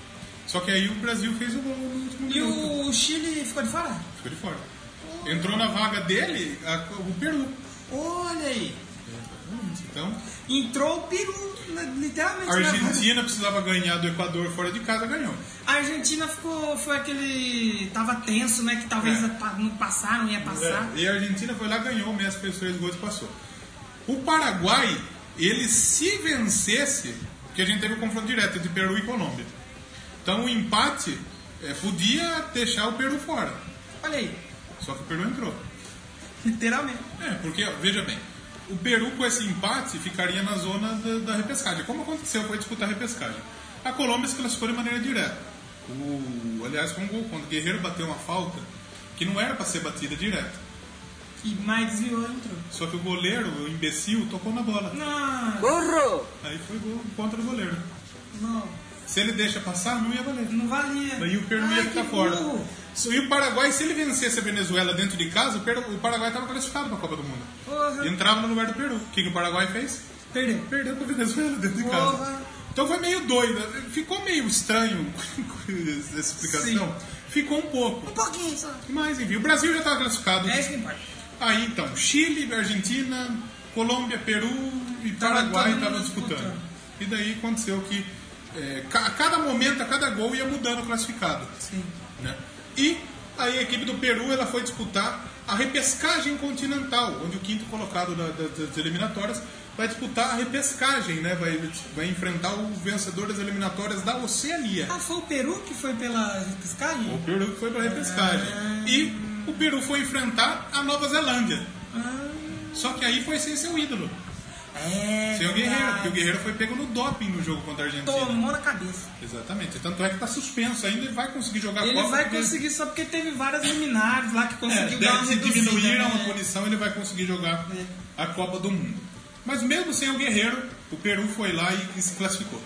D: Só que aí o Brasil fez o gol no último
A: e
D: minuto.
A: o Hum. Chile ficou de fora?
D: Ficou de fora. Entrou na vaga dele a- o Peru.
A: Olha aí.
D: Então,
A: Entrou o Peru, na- literalmente. né?
D: a
A: na-
D: Argentina precisava ganhar do Equador fora de casa, ganhou.
A: A Argentina ficou. Foi aquele. Tava tenso, né? Que talvez
D: É.
A: pa- não passaram, ia passar.
D: É, e a Argentina foi lá, ganhou, o Messi fez três gols e passou. O Paraguai, ele se vencesse, porque a gente teve o confronto direto entre Peru e Colômbia. Então o empate eh, podia deixar o Peru fora.
A: Olha aí.
D: Só que o Peru entrou.
A: Literalmente.
D: É, porque, ó, veja bem, o Peru com esse empate ficaria na zona da, da repescagem. Como aconteceu, foi disputar a repescagem. A Colômbia se classificou de maneira direta. O, aliás, com um gol, quando o Guerreiro bateu uma falta que não era para ser batida direta.
A: E mais desviou, entrou.
D: Só que o goleiro, o imbecil, tocou na bola.
A: Não,
C: Burro!
D: Aí foi gol contra o goleiro.
A: não.
D: Se ele deixa passar, não ia valer.
A: Não valia.
D: Daí o Peru
A: Ai,
D: ia ficar
A: que
D: fora.
A: burro.
D: So- E o Paraguai, se ele vencesse a Venezuela dentro de casa, o, Peru- o Paraguai estava classificado para a Copa do Mundo.
A: Porra.
D: E entrava no lugar do Peru. O que, que o Paraguai fez?
A: Perdeu.
D: Perdeu para Venezuela dentro de casa.
A: Porra.
D: Então foi meio doido. Ficou meio estranho essa explicação. Ficou um pouco.
A: Um pouquinho só.
D: Mas enfim, o Brasil já estava classificado.
A: É isso que importa.
D: Aí então, Chile, Argentina, Colômbia, Peru e
A: Tava
D: Paraguai
A: todo mundo
D: estavam disputando.
A: disputando.
D: E daí aconteceu que é, ca- a cada momento, a cada gol ia mudando o classificado.
A: Sim.
D: Né? E aí a equipe do Peru ela foi disputar a repescagem continental, onde o quinto colocado da- da- das eliminatórias vai disputar a repescagem, né? vai, vai enfrentar o vencedor das eliminatórias da Oceania.
A: Ah, foi o Peru que foi pela
D: O
A: repescagem?
D: Peru que foi para repescagem. E o Peru foi enfrentar a Nova Zelândia. Só que aí foi sem seu ídolo,
A: É.
D: sem o Guerreiro,
A: verdade.
D: porque o Guerreiro foi pego no doping no jogo contra a Argentina.
A: Tomou na cabeça.
D: Exatamente. Tanto é que está suspenso ainda e vai conseguir jogar a
A: Ele
D: Copa,
A: vai
D: porque-
A: conseguir só porque teve várias liminares lá que
D: É,
A: conseguiu dar uma
D: deve- se
A: reduzida.
D: diminuíram
A: né?
D: a punição, ele vai conseguir jogar
A: É.
D: a Copa do Mundo. Mas mesmo sem o Guerreiro, o Peru foi lá e, e se classificou.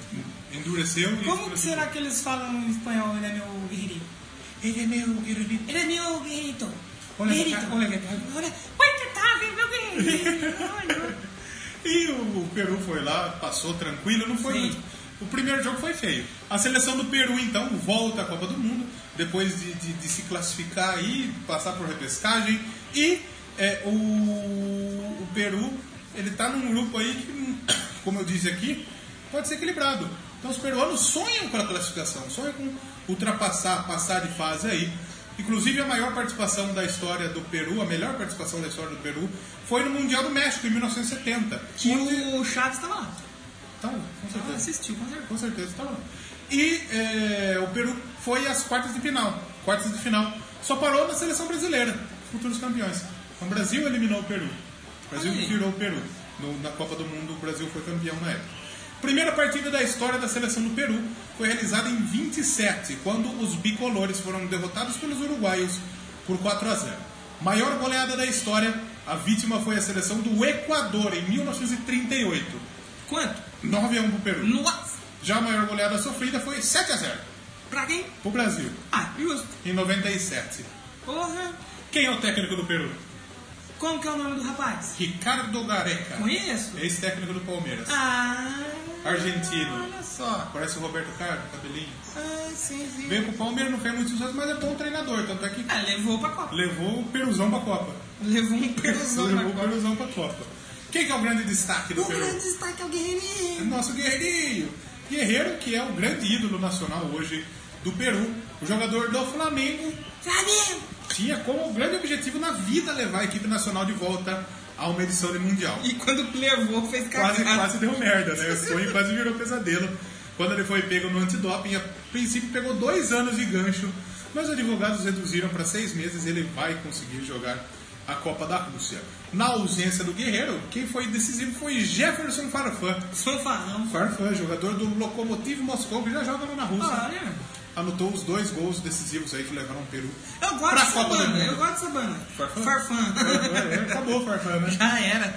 D: Endureceu e
A: Como que
D: se classificou.
A: será que eles falam em espanhol? Ele é meu guerreiro. Ele é meu guerreiro. Ele é meu guerreiro.
D: Olha que
A: Guerreiro.
D: cara.
A: Olha, que cara. olha. Muito tarde, meu guerreiro. Olha.
D: E o, o Peru foi lá, passou tranquilo, não foi.
A: Sim.
D: O primeiro jogo foi feio. A seleção do Peru, então, volta à Copa do Mundo, depois de, de- de se classificar aí, passar por repescagem. E é, o, o Peru, ele tá num grupo aí que, hum, como eu disse aqui, pode ser equilibrado. Então os peruanos sonham com a classificação, sonham com ultrapassar, passar de fase aí. Inclusive a maior participação da história do Peru, a melhor participação da história do Peru, foi no Mundial do México em 1970.
A: Que
D: onde-
A: o Chaves tava lá.
D: Tá lá, com
A: Ah,
D: certeza.
A: assistiu, com certeza.
D: Com certeza tá lá. E é, o Peru foi às quartas de final. Quartas de final. Só parou na seleção brasileira, futuros campeões. Então o Brasil eliminou o Peru. O Brasil
A: Aí.
D: virou o Peru. No- na Copa do Mundo, o Brasil foi campeão na época. Primeira partida da história da seleção do Peru foi realizada em 27, quando os bicolores foram derrotados pelos uruguaios por 4 a 0. Maior goleada da história, a vítima foi a seleção do Equador em 1938.
A: Quanto?
D: 9 a 1 pro Peru.
A: Nossa!
D: Já a maior goleada sofrida foi 7 a 0
A: Pra quem?
D: pro Brasil
A: Ah, justo.
D: em 97.
A: Porra!
D: Quem é o técnico do Peru?
A: Como que é o nome do rapaz?
D: Ricardo Gareca.
A: Conheço?
D: Ex-técnico do Palmeiras.
A: Ah.
D: Argentino.
A: Olha só.
D: Parece o Roberto Carlos, cabelinho.
A: Ah, sim, sim.
D: Veio pro Palmeiras, não fez muito sucesso, mas é bom treinador. Tanto é que
A: Ah, levou pra Copa.
D: levou o Peruzão pra Copa.
A: Levou um peruzão pra
D: levou o
A: Copa.
D: Peruzão pra Copa. Quem que é o grande destaque do
A: O
D: Peru?
A: grande destaque é o Guerreirinho.
D: Nosso guerreirinho. Guerreiro que é o grande ídolo nacional hoje do Peru. O jogador do Flamengo
A: Flamengo!
D: tinha como grande objetivo na vida levar a equipe nacional de volta a uma edição de Mundial.
A: E quando levou, fez
D: quase,
A: cagada.
D: quase deu merda, né? O sonho quase virou pesadelo. Quando ele foi pego no antidoping, a princípio pegou dois anos de gancho, mas os advogados reduziram para seis meses e ele vai conseguir jogar a Copa da Rússia. Na ausência do Guerreiro, quem foi decisivo foi Jefferson Farfan.
A: Fanfarrão.
D: Farfan, jogador do Lokomotiv Moscou, que já joga lá na Rússia.
A: Olha.
D: Anotou os dois gols decisivos aí que levaram o Peru.
A: Eu gosto
D: Pra
A: dessa
D: Copa do
A: banda,
D: Mundo.
A: eu gosto dessa banda.
D: Farfã?
A: Farfã.
D: É, Acabou o Farfan, né?
A: Já era.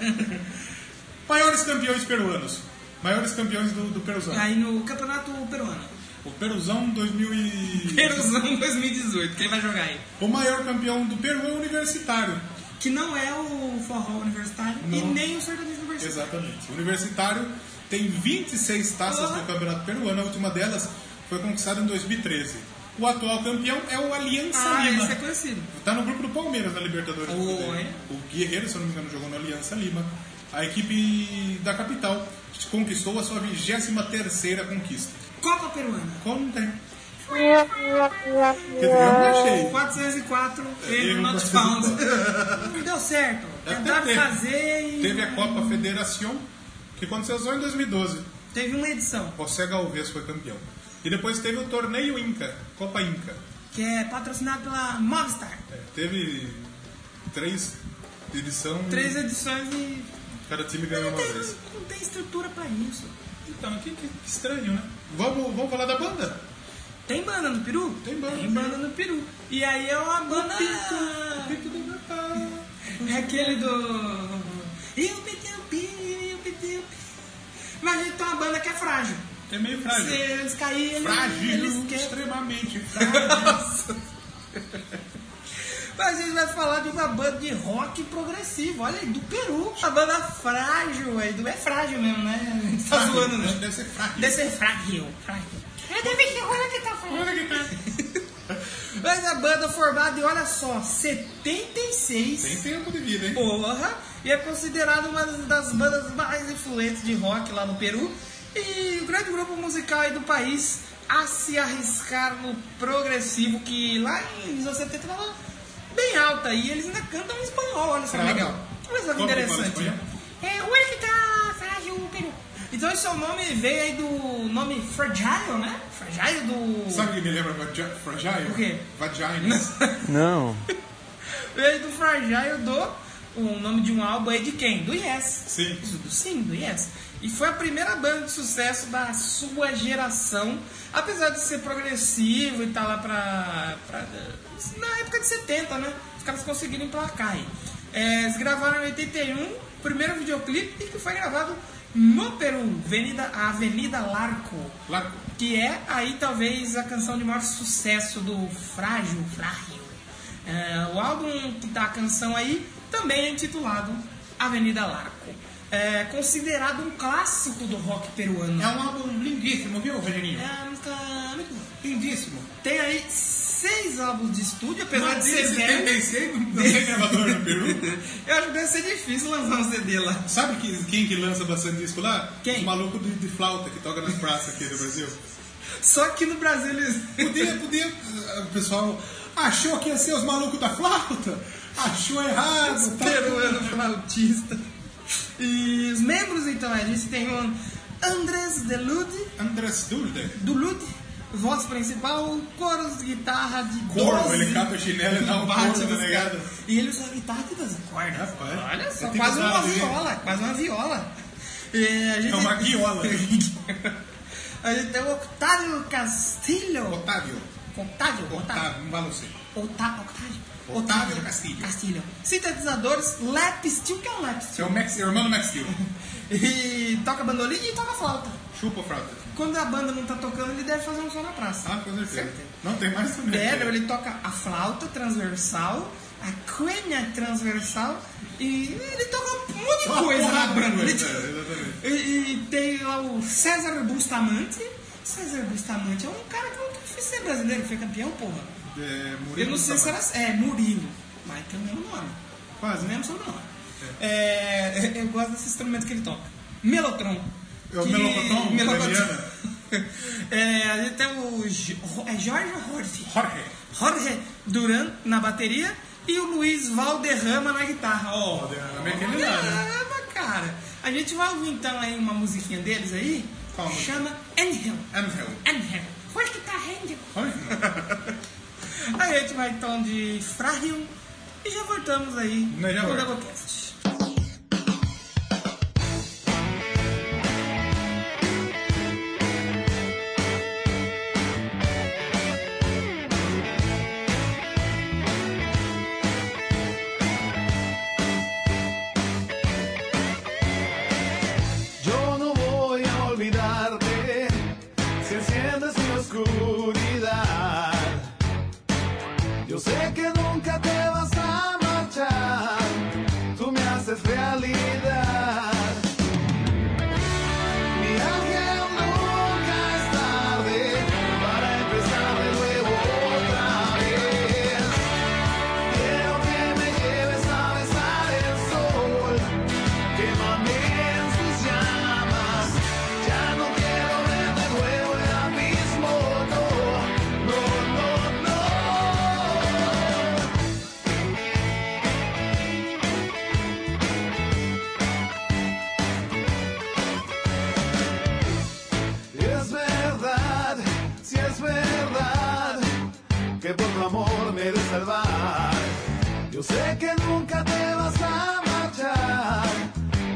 D: Maiores campeões peruanos. Maiores campeões do, do Peruzão.
A: Aí no Campeonato Peruano.
D: O Peruzão 2000 e...
A: Peruzão 2018, quem vai jogar aí?
D: O maior campeão do Peru é o Universitário.
A: Que não é o forró universitário e
D: Não.
A: nem o sertanejo universitário.
D: Exatamente. O Universitário tem 26 taças
A: Ah.
D: no Campeonato Peruano, a última delas foi conquistada em 2013. O atual campeão é o Aliança
A: Ah,
D: Lima.
A: esse é conhecido.
D: Tá no grupo do Palmeiras na Libertadores.
A: Oi.
D: O Guerreiro, se eu não me engano, jogou na Aliança Lima. A equipe da capital conquistou a sua 23 conquista.
A: Copa Peruana.
D: Qual não tem? Quer dizer, eu não achei.
A: 404 ele
D: erro
A: not found. Não deu certo.
D: Até
A: Tentaram
D: teve.
A: fazer e.
D: Teve a Copa Federación, que aconteceu só em 2012.
A: Teve uma edição,
D: José Galvez foi campeão. E depois teve o torneio Inca, Copa Inca.
A: que é patrocinado pela Movistar.
D: É, teve três edição
A: Três edições e.
D: cada time
A: Mas
D: ganhou
A: não
D: uma
A: tem,
D: vez.
A: não tem estrutura pra isso.
D: Então, que, que estranho, né? Vamos, vamos falar da banda.
A: Tem banda no Peru?
D: Tem banda
A: Tem
D: no
A: banda no Peru. E aí é uma banda. É aquele do. Eu pedi o pi, eu pedi o pi. Mas a gente tem uma banda que é frágil.
D: É meio frágil.
A: Se eles caírem,
D: Frágil,
A: eles quebram.
D: extremamente frágil.
A: Mas a gente vai falar de uma banda de rock progressivo, olha aí, do Peru. A banda frágil aí, do- é frágil mesmo, né? A gente tá zoando, né?
D: Deve ser frágil.
A: Deve ser frágil, frágil.
H: tá
D: é tá?
A: Mas a banda formada, e olha só, 76.
D: Tem tempo de vida, hein?
A: Porra! E é considerada uma das bandas mais influentes de rock lá no Peru. E o grande grupo musical aí do país a se arriscar no progressivo, que lá em 1970 tava bem alta. aí eles ainda cantam em espanhol, olha só que
D: Claro.
A: legal. Olha só que
D: Como que fala
A: interessante.
D: espanhol?
A: É o que tá frágil Peru. Então esse é o nome, veio aí do nome Fragile, né? Fragile do...
D: Sabe o que me lembra vagi- fragile?
A: O quê?
D: Vaginas.
C: Não.
A: Veio do Fragile do... O nome de um álbum aí de quem? Do Yes.
D: Sim.
A: Sim, do Yes. E foi a primeira banda de sucesso da sua geração, apesar de ser progressivo e tá lá pra, pra- Na época de 70, né? Os caras conseguiram emplacar aí. É, eles gravaram em 81, o primeiro videoclipe que foi gravado no Peru, Avenida, Avenida Larco.
D: Larco.
A: Que é aí talvez a canção de maior sucesso do Frágil, Frágil. É, o álbum que dá a canção aí também é intitulado Avenida Larco. É considerado um clássico do rock peruano.
D: É um álbum lindíssimo, viu, Rogerinho?
A: É uma música muito boa.
D: Lindíssimo.
A: Tem aí seis álbuns de estúdio, apesar
D: Mas
A: de
D: em
A: ser velho.
D: 76 não tem gravador no Peru.
A: Eu acho que deve ser difícil lançar um CD lá.
D: Sabe que- quem que lança bastante disco lá?
A: Quem?
D: Os malucos de, de flauta que toca nas praças aqui do Brasil.
A: Só que no Brasil eles.
D: Podia, podia. eh, O pessoal achou que ia ser os malucos da flauta. Achou errado. tá?
A: peruano flautista. E os membros, então, a gente tem o Andrés Delude,
D: Andrés Dulde.
A: Dulude, voz principal, coros, guitarra de
D: Corvo,
A: 12
D: ele capa a chinela e dá um
A: bate
D: corvo na
A: nos
D: negada.
A: caras. E ele usa a guitarra de 12 cordas.
D: Rapaz,
A: Olha só,
D: eu tenho
A: quase uma
D: dado, hein?
A: viola, quase uma viola. É, a gente-
D: É uma guiola.
A: a gente tem o Octávio Castilho.
D: Otávio.
A: Octávio, Octávio.
D: Otávio, não vai você.
A: Ota- Octávio.
D: Otávio Castilho.
A: Castilho. Sintetizadores, lap steel, que é um lap
D: Você é
A: steel.
D: o Max, é o irmão do Max Steel.
A: E toca bandolim e toca flauta.
D: Chupa, frota.
A: Quando a banda não tá tocando, ele deve fazer um som na praça.
D: Ah, com certeza. Não tem mais também.
A: Belo, ele toca a flauta transversal, a quenya transversal e ele toca um monte de
D: Uma
A: coisa na
D: porrada de
A: banda. Ele-
D: coisa, é, exatamente.
A: E, e tem lá o César Bustamante. César Bustamante é um cara que nunca fez ser brasileiro, foi campeão, porra.
D: É, Murilo
A: Eu não sei se
D: Sampaio.
A: era. É, Murilo. Mas tem o mesmo nome.
D: Quase.
A: O mesmo sobrenome. É, eu gosto desse instrumento que ele toca. Melotron.
D: É o
A: Que-
D: melocotão
A: Melocotão.
D: italiano?
A: é, a gente tem o Jo- é Jorge Jorge.
D: Jorge.
A: Jorge Duran na bateria e o Luiz Valderrama na guitarra. Ó,
D: Valderrama é aquele lá, né?
A: Valderrama, cara. A gente vai ouvir então aí uma musiquinha deles aí.
D: Qual música?
A: Chama Angel.
D: Angel.
A: Angel. Foi que tá Angel.
D: Jorge.
A: Aí a gente vai então de Frarium e já voltamos aí
D: Nós já
A: com o
D: voltamos.
A: Doublecast.
G: Yo no voy a olvidarte si enciendes mi oscuridad. Yo sé que nunca te vas a marchar, tú me haces realidad. Mi ángel nunca es tarde para empezar de nuevo otra vez. Quiero que me lleves a besar el sol, quémame en sus llamas. Ya no quiero ver de nuevo el abismo, no, no, no, no. Es verdad, si es verdad, que por tu amor me he de salvar. Yo sé que nunca te vas a marchar,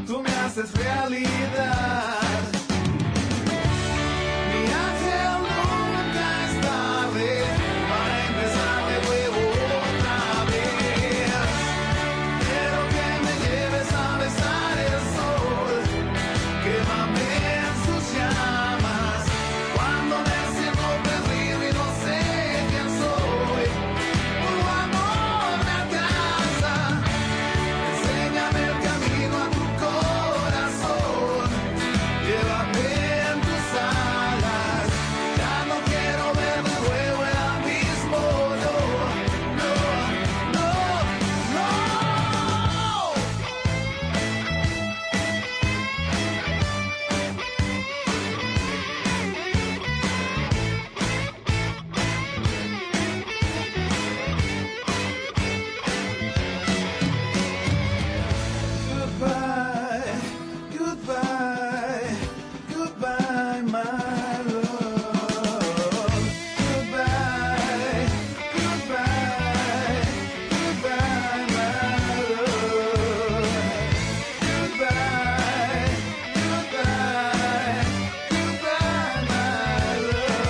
G: tú me haces realidad. Mi ángel nunca es tarde para empezar de nuevo otra vez. Quiero que me lleves a besar el sol quémame en sus llamas. Cuando me siento perdido y no sé quién soy, tu amor me alcanza. Enséñame el camino a tu corazón, llévame en tus alas. Ya no quiero ver de nuevo el abismo, no, no, no, no. Goodbye, goodbye, goodbye, my love. Goodbye, goodbye, goodbye, my love. Goodbye, goodbye, goodbye, my love.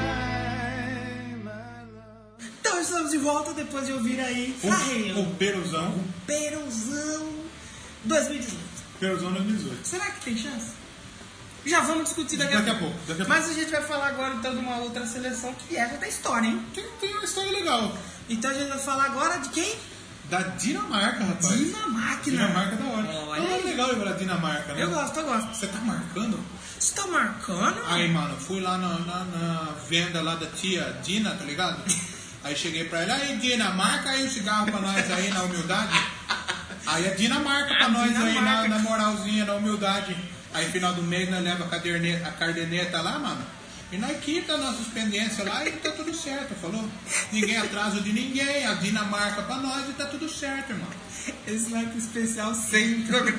G: Goodbye, my love.
A: Então estamos de volta depois de ouvir aí
D: O,
A: Frarium,
D: o Peruzão.
A: Perãozão 2018.
D: Peruzão 2018.
A: Será que tem chance? Já vamos discutir daqui,
D: Daqui a pouco, daqui a
A: Mas a gente vai falar agora então de uma outra seleção que é já da história, hein?
D: Tem, tem uma história legal.
A: Então a gente vai falar agora de quem?
D: Da Dinamarca, rapaz.
A: Dinamarca, né?
D: Dinamarca é da hora.
A: Olha
D: Então é
A: aí.
D: legal ir pra Dinamarca, né?
A: Eu gosto, eu gosto.
D: Você tá marcando?
A: Você tá marcando?
D: Aí, mano, fui lá na, na- na venda lá da tia Dina, tá ligado? Aí cheguei pra ela, aí Dina, marca aí o cigarro pra nós aí na humildade. Aí a Dina marca pra
A: A
D: nós
A: Dina
D: aí na,
A: marca.
D: na moralzinha, na humildade. Aí final do mês nós leva a caderneta, a cardeneta lá, mano. E nós quita a nossa experiência lá e tá tudo certo, falou? Ninguém atrasa de ninguém, a Dina marca pra nós e tá tudo certo, irmão.
A: Esse like especial sem programa.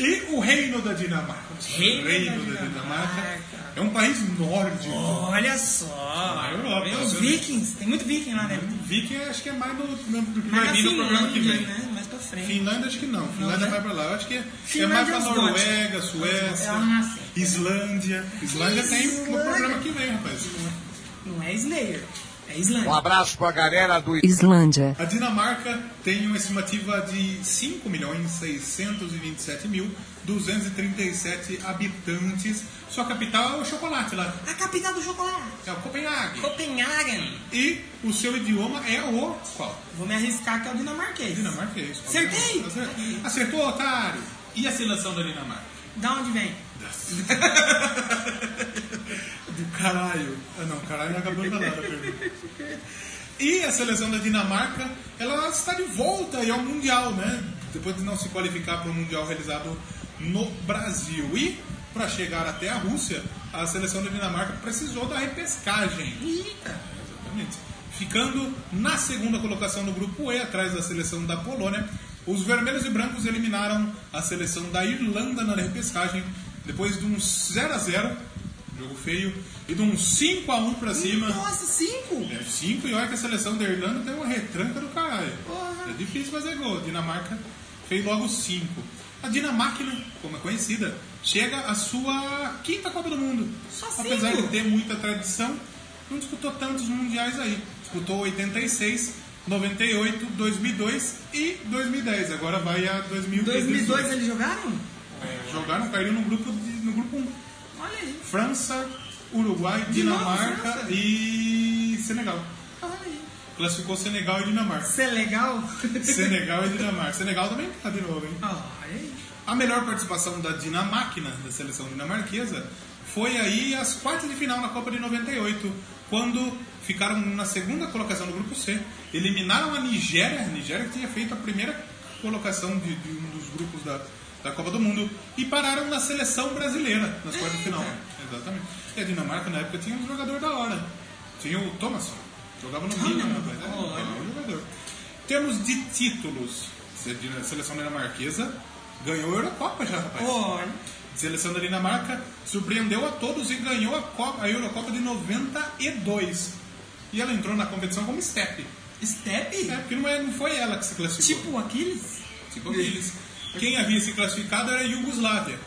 D: E o reino da Dinamarca.
A: Reino
D: o reino
A: da
D: da,
A: Dinamarca.
D: Dinamarca. É um país nórdico.
A: Olha só.
D: Na Europa,
A: Tem os
D: né?
A: vikings. Tem muito viking lá, né?
D: Viking acho que é mais do, do, do que
A: Mas
D: vai vir no programa que vem.
A: né? Mais pra frente.
D: Finlândia acho que não. Finlândia
A: né?
D: vai pra lá. Eu acho que é- é
A: Finlândia
D: mais
A: é
D: pra
A: os
D: Noruega, Suécia,
A: Ah, sim.
D: Islândia. Islândia tem no
A: Islândia.
D: programa que vem, rapaz.
A: Não é Slayer. É Islândia.
F: Um abraço pra galera do
H: Islândia,
D: A Dinamarca tem uma estimativa de 5.627.237 habitantes. Sua capital é o chocolate lá,
A: A capital do chocolate.
D: é o Copenhague.
A: Copenhagen.
D: E o seu idioma é o qual?
A: Vou me arriscar que é o dinamarquês.
D: Dinamarquês.
A: Acertei!
D: Acertou. Acertou, otário! E a seleção da Dinamarca?
A: Da onde vem?
D: Do caralho. Ah, não, caralho acabou de falar da pergunta. E a seleção da Dinamarca, ela está de volta aí ao Mundial, né? Depois de não se qualificar para o Mundial realizado no Brasil. E, para chegar até a Rússia, a seleção da Dinamarca precisou da repescagem.
A: Eita.
D: Exatamente. Ficando na segunda colocação do grupo E, atrás da seleção da Polônia, os vermelhos e brancos eliminaram a seleção da Irlanda na repescagem, depois de um 0 a 0 jogo feio, e de um 5 a 1 pra cima.
A: Nossa, cinco?
D: É 5 e olha que a seleção da Irlanda tem uma retranca do caralho.
A: Porra.
D: É difícil fazer gol. A Dinamarca fez logo 5. A Dinamarca, né, como é conhecida, chega à sua quinta Copa do Mundo.
A: Só
D: Apesar
A: cinco?
D: de ter muita tradição, não disputou tantos mundiais aí. Disputou 86, 98, 2002 e 2010. Agora vai a
A: 2002
D: 2018.
A: eles jogaram?
D: É, jogaram, caíram no grupo, de- no grupo 1.
A: Olha aí.
D: França, Uruguai,
A: De novo,
D: Dinamarca
A: França?
D: e Senegal.
A: Olha aí.
D: Classificou Senegal e Dinamarca.
A: Ser legal?
D: Senegal e Dinamarca. Senegal também tá de novo, hein?
A: Olha aí.
D: A melhor participação da Dinamarca, né, da seleção dinamarquesa, foi aí as quartas de final na Copa de 98, quando ficaram na segunda colocação do grupo C, eliminaram a Nigéria, a Nigéria que tinha feito a primeira colocação de, de um dos grupos da, da Copa do Mundo, e pararam na seleção brasileira nas quartas de final. Exatamente. E a Dinamarca na época tinha um jogador da hora, tinha o Thomasson, jogava no Milan, rapaz, era um bom jogador. Em termos de títulos, a seleção dinamarquesa ganhou a Eurocopa já, rapaz.
A: Olha.
D: Seleção da Dinamarca surpreendeu a todos e ganhou a, Copa- a Eurocopa de 92. E ela entrou na competição como step.
A: Step?
D: É, porque não, é- não foi ela que se classificou.
A: Tipo Aquiles?
D: Tipo aqueles. Quem havia se classificado era a Iugoslávia.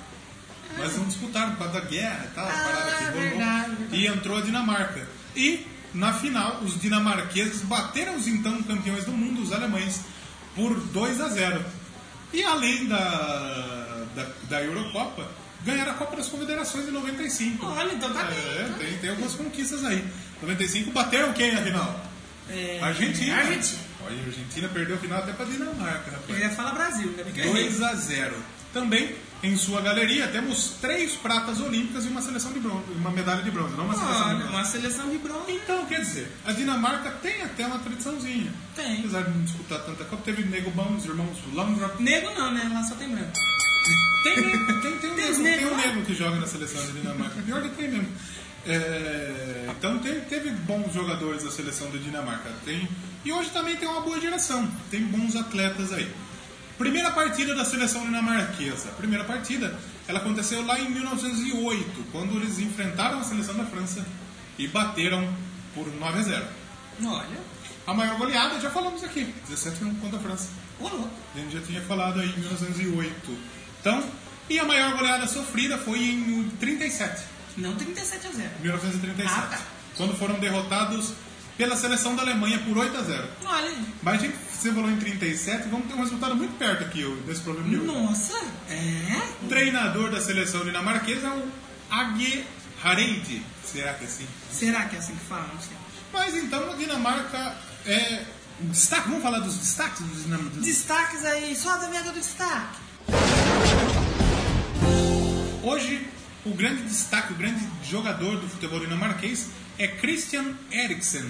D: Mas não disputaram por causa da guerra e tal, as
A: Ah,
D: paradas que rolou.
A: verdade, verdade.
D: E entrou a Dinamarca. E, na final, os dinamarqueses bateram os então campeões do mundo, os alemães, por 2 a 0. E além da, da, da Eurocopa, ganharam a Copa das Confederações em 95.
A: Olha, então tá bem,
D: É,
A: tá
D: tem, tem algumas conquistas aí. 95 bateram quem na final?
A: É,
D: Argentina.
A: Argentina.
D: Olha, a Argentina perdeu a final até pra Dinamarca, rapaz.
A: Eu ia falar Brasil, ainda bem que eu errei.
D: 2 a 0. Também em sua galeria temos três pratas olímpicas e uma seleção de bronze, uma medalha de bronze, não uma seleção de
A: Olha,
D: bronze.
A: uma seleção de bronze.
D: Então, quer dizer, a Dinamarca tem até uma tradiçãozinha.
A: Tem.
D: Apesar de não disputar tanta Copa, teve Nego Bão, os irmãos Landrop.
A: Nego não, né? Lá só tem branco.
D: Tem, né? tem, tem, um
A: Tem os
D: nego, tem
A: negros
D: um
A: lá.
D: nego que joga na seleção da Dinamarca. Pior que tem mesmo. É, então tem- teve bons jogadores da seleção da Dinamarca. Tem, e hoje também tem uma boa geração. Tem bons atletas aí. Primeira partida da seleção dinamarquesa. Primeira partida, ela aconteceu lá em 1908, quando eles enfrentaram a seleção da França e bateram por 9 a 0.
A: Olha.
D: A maior goleada, já falamos aqui, 17 a 1 contra a França.
A: Ô, louco.
D: A gente já tinha falado aí em 1908. Então, e a maior goleada sofrida foi em 37,
A: Não 37 a 0.
D: 1937,
A: Ah, tá.
D: quando foram derrotados pela seleção da Alemanha por 8 a 0.
A: Olha.
D: Mas a gente, você falou em 37, vamos ter um resultado muito perto aqui ó, desse problema de hoje.
A: Nossa.
D: O
A: É?
D: treinador da seleção dinamarquesa é o Age Hareide. Será que é assim?
A: Será que é assim que fala? Não sei.
D: Mas então a Dinamarca é Destaque, vamos falar dos destaques do Dinamo do
A: Destaques aí, só da merda do destaque.
D: Hoje, o grande destaque, o grande jogador do futebol dinamarquês é Christian Eriksen,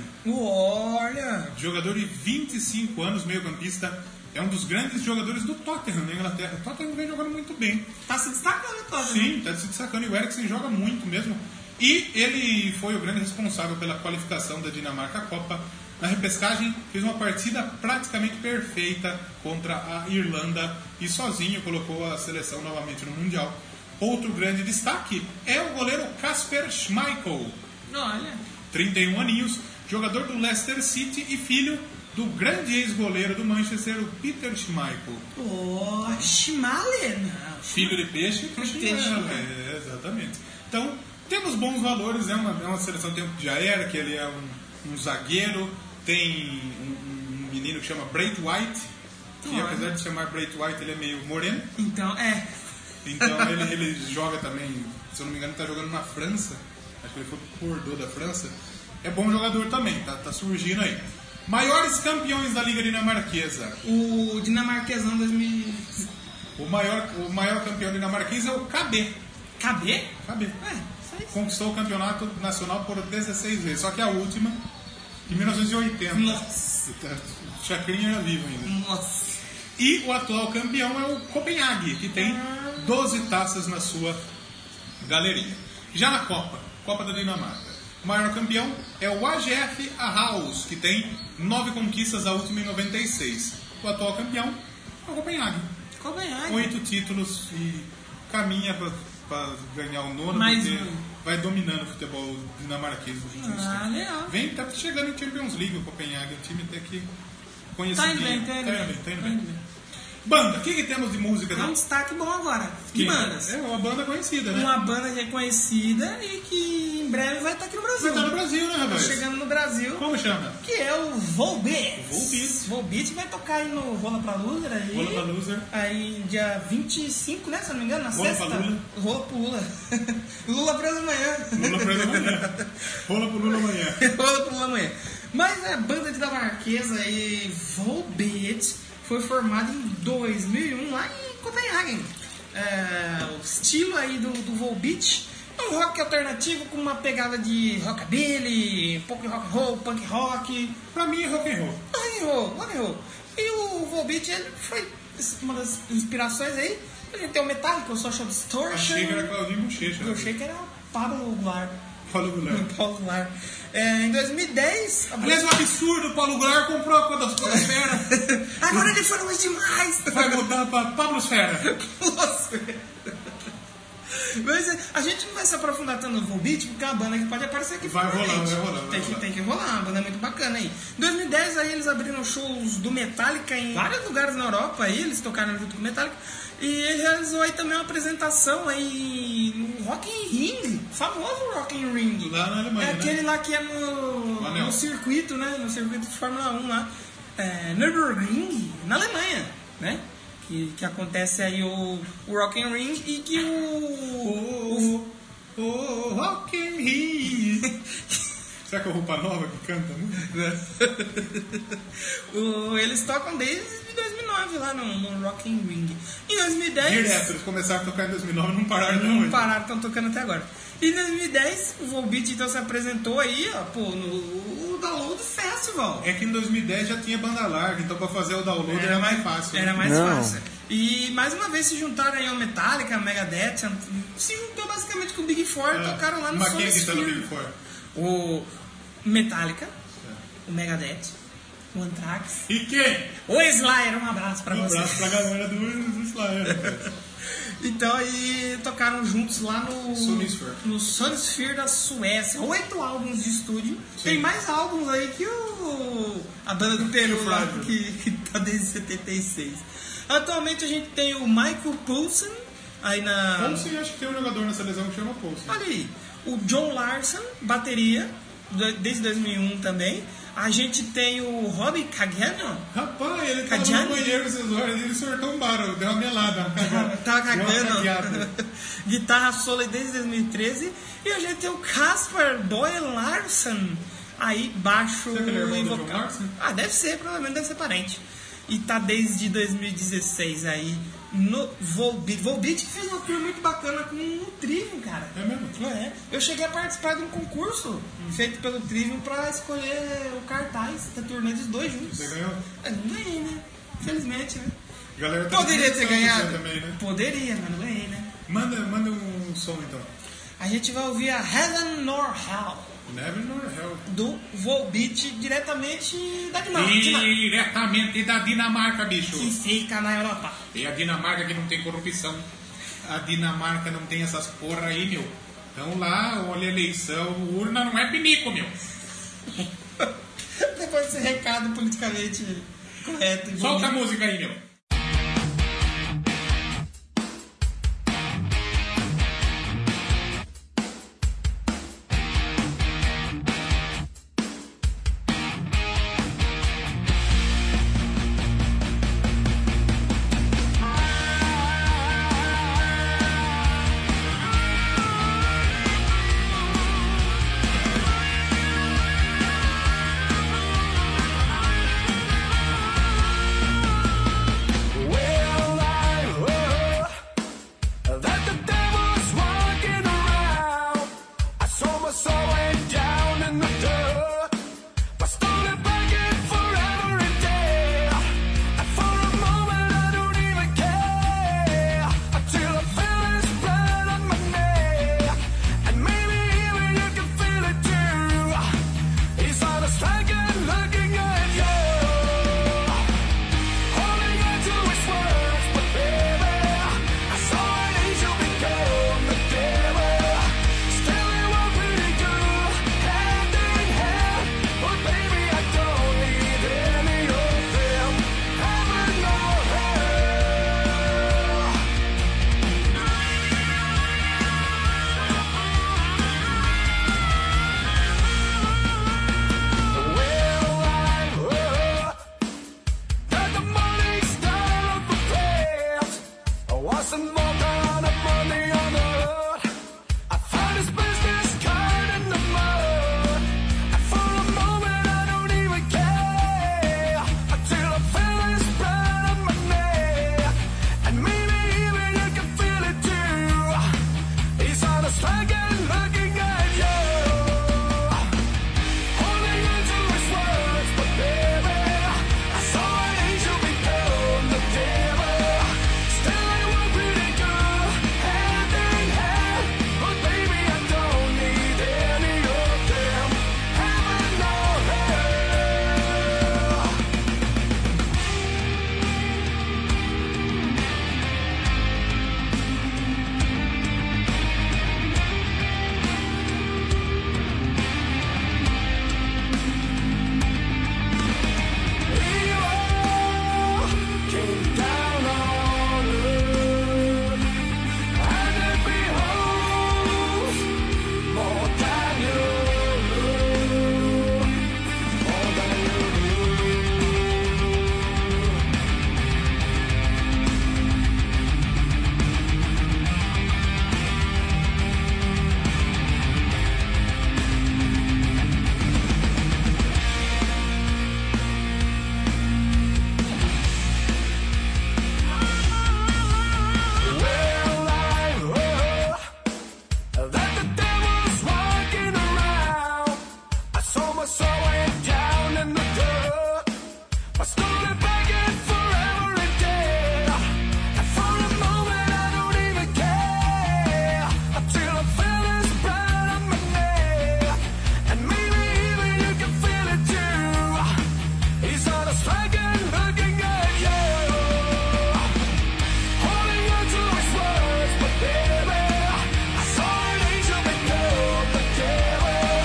A: Olha!
D: jogador de 25 anos, meio-campista. É um dos grandes jogadores do Tottenham na Inglaterra. O Tottenham vem jogando muito bem.
A: Tá se destacando, Cláudio.
D: Sim, tá se destacando. E o Eriksen joga muito mesmo. E ele foi o grande responsável pela qualificação da Dinamarca à Copa. Na repescagem, fez uma partida praticamente perfeita contra a Irlanda e sozinho colocou a seleção novamente no Mundial. Outro grande destaque é o goleiro Kasper Schmeichel,
A: Olha.
D: 31 aninhos, jogador do Leicester City e filho do grande ex-goleiro do Manchester, o Peter Schmeichel.
A: Ó, Schmale, não.
D: Filho de peixe, peixe de
A: Peixe.
D: água. É, exatamente. Então, temos bons valores, é uma, é uma seleção tem um que já era, que ele é um, um zagueiro, tem um, um menino que chama Breit White, que
A: Olha.
D: apesar de se chamar Breit White, ele é meio moreno,
A: Então, é.
D: então ele, ele joga também, se eu não me engano, está jogando na França, acho que ele foi pro Bordeaux da França. É bom jogador também, tá, tá surgindo aí. Maiores campeões da Liga Dinamarquesa.
A: O dinamarquesão 2000.
D: O maior, o maior campeão dinamarquês é o KB.
A: Cadê?
D: KB.
A: Ué, isso aí.
D: conquistou o campeonato nacional por 16 vezes, só que a última em 1980.
A: Nossa.
D: O Tá, Chacrinha era vivo ainda.
A: Nossa.
D: E o atual campeão é o Copenhague, que tem 12 taças na sua galeria. Já na Copa, Copa da Dinamarca, o maior campeão é o AGF Aarhus, que tem 9 conquistas, a última em 96. O atual campeão é o Copenhague.
A: Copenhague.
D: Oito títulos e caminha para ganhar o nono,
A: Mas
D: porque
A: não.
D: vai dominando o futebol dinamarquês nos últimos
A: um. Ah,
D: tempos.
A: legal.
D: Vem, tá chegando em Champions League o Copenhague, é um time até que conhecido.
A: Tá indo bem, tá indo bem.
D: tá indo bem. Banda, o que, que temos de música?
A: É um
D: né?
A: destaque bom agora. Que
D: Quem?
A: bandas? Um
D: É uma banda conhecida, né?
A: Uma banda reconhecida e que em breve vai estar aqui no Brasil.
D: Vai estar no Brasil, né,
A: Tá
D: rapaz?
A: chegando no Brasil.
D: Como chama?
A: Que é o Volbeat.
D: Volbeat.
A: Volbeat vai tocar aí no Rola pra Lula. Aí,
D: Rola pra Loser.
A: Aí dia 25, né? Se eu não me engano, na
D: Rola pra
A: sexta.
D: Lula.
A: Rola pro Lula. Lula preso amanhã.
D: Lula pra ele amanhã. Rola pro Lula amanhã.
A: Rola pro Lula amanhã. Mas a banda de dinamarquesa e Volbeat foi formada em 2001 lá em Copenhague. É, o estilo aí do, do Volbeat é um rock alternativo com uma pegada de rockabilly, um pouco de rock and roll, punk rock.
D: Pra mim é rock and roll.
A: Rock and roll, rock and roll. E o Volbeat ele foi uma das inspirações aí. A gente tem o Metallica, o Social Distortion.
D: Achei que era Claudinho Bochecha.
A: Tá Eu achei que era o Pablo Goulart.
D: Paulo Goulart.
A: O Paulo Goulart. É, em 2010... a
D: Aliás,
A: banda-
D: um absurdo, o Paulo Goulart comprou a Podosfera.
A: Agora ele foi longe demais!
D: Vai mudar pra Pablo Esfera.
A: Nossa. Mas é, a gente não vai se aprofundar tanto no Volbeat, porque é uma banda que pode aparecer aqui.
D: Vai rolar,
A: futuramente.
D: vai rolar, vai
A: tem, que,
D: rolar.
A: tem que rolar, uma banda muito bacana aí. Em 2010, aí eles abriram shows do Metallica em vários lugares na Europa, aí eles tocaram junto com o Metallica. E ele realizou aí também uma apresentação aí no Rock in Ring, famoso Rock in Ring.
D: Lá na Alemanha,
A: É
D: né?
A: aquele lá que é no,
D: O anel.
A: no circuito, né? No circuito de Fórmula 1 lá. É, Nürburgring, na Alemanha, né? Que, que acontece aí o, o Rock and Ring e que o. o
D: Ô, oh, rock in Rio. Será que é o Roupa Nova que canta muito?
A: o- eles tocam desde 2009 lá no, no Rock and Ring. Em 2010.
D: Direto, eles começaram a tocar em 2009 e não pararam até
A: É Não
D: hoje.
A: pararam, estão tocando até agora. E em 2010, o Volbeat então se apresentou aí, ó, pô, no o Download Festival.
D: É que em 2010 já tinha banda larga, então pra fazer o download era, mais fácil.
A: Era mais
C: Não.
A: fácil. E mais uma vez se juntaram aí ao Metallica, ao Megadeth, se juntou basicamente com o Big Four e tocaram lá no
D: Mas quem é que tá no
A: Sonosphere.
D: Big Four?
A: O Metallica, o Megadeth, o Anthrax,
D: E quem?
A: o Slayer, um abraço pra
D: É. Um
A: você.
D: abraço pra galera do é. Slayer.
A: Então, e tocaram juntos lá no
D: Sonosphere.
A: no Sonosphere da Suécia. Oito álbuns de estúdio. Tem mais álbuns aí que o a banda do Peru lá,
D: Frágil.
A: que, que tá desde 76. Atualmente a gente tem o Michael Poulsen aí na
D: Como se acha que tem um jogador na seleção que chama Poulsen?
A: Olha aí, o John Larson, bateria, do- desde 2001 também. A gente tem o Robbie Cagano,
D: Rapaz, ele tava
A: Cadiani?
D: no banheiro essas horas ele sortou um barulho, deu uma melada, uma cagada.
A: tava
D: Né? Deu uma
A: cagando,
D: cagueada.
A: guitarra solo desde 2013. E a gente tem o Casper Boy Larson, Aí baixo
D: Será que ele é irmão do John
A: vocal.
D: Marx, né?
A: Ah, deve ser, provavelmente deve ser parente. E tá desde 2016 aí no Volbeat. Volbeat fez uma tour muito bacana com o Trivium, cara.
D: É mesmo? Hum.
A: É. Eu cheguei a participar de um concurso feito pelo Trivium pra escolher o cartaz da turnê dos dois juntos.
D: Você ganhou?
A: Ah, não ganhei, né? Infelizmente, né?
D: Galera, tá
A: Poderia
D: pensando
A: ter
D: em você
A: ganhado.
D: Também, né?
A: Poderia, mas não ganhei, né?
D: manda, manda um som então.
A: A gente vai ouvir a Helen Norhal
D: Never é Nor Hell.
A: do Volbeat diretamente da Dinamarca,
D: Diretamente da Dinamarca, bicho.
A: que fica na Europa.
D: E a Dinamarca que não tem corrupção. A Dinamarca não tem essas porra aí, meu. Então lá, olha a eleição, urna não é pinico, meu.
A: Depois desse recado politicamente correto e
D: Solta a
A: bonito.
D: música aí, meu.
G: Well, I heard that the devil's walking around. I saw my soul way down in the dirt. But started begging for every day. And for a moment I don't even care. Until I feel his blood on my neck. And maybe even you can feel it too. He's on a strike and looking at you. Holding on to his words, but baby, I saw an angel become the devil. Still, it was pretty good, hand in hand. But baby, I don't need any of them. Heaven or hell. Well, I heard that the morning star of the past wasn't more than a money on the road. I found his business card in the mud. And for a moment I don't even care until I feel his blood on my neck. And maybe even you can feel it too. He's on a strike and looking at you. Holding on to his words, but baby, I saw an angel become the devil. Still, I won't pretty good, hand in hand. But baby, I don't need any of them. Heaven or hell. Came down on earth, and it beholds more than you, more than you. Well, I heard that the devil's walking around. I saw my soul way down in the dirt. I started begging for every day. And for a moment I don't even care. Until I feel his blood on my neck. And maybe even you can feel it too. He's on a strike and looking at you. Holding on to his words, but baby, I saw an angel become the devil.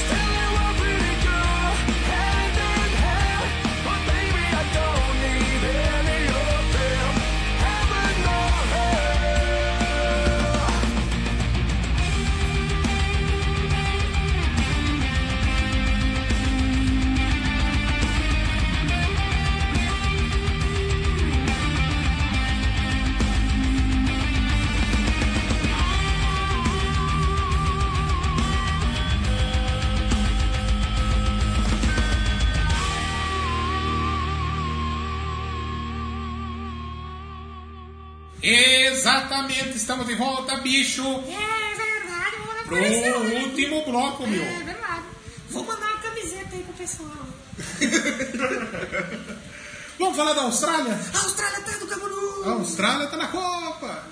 G: Still, it was pretty good, hand in hand. But baby, I don't.
D: Exatamente, estamos de volta, bicho.
H: É verdade, vou
D: Pro
H: aparecer hoje.
D: último bloco, meu.
H: É verdade. Vou mandar uma camiseta aí pro pessoal.
D: Vamos falar da Austrália?
A: A Austrália tá do
D: A
A: Camerun!
D: Austrália tá na Copa.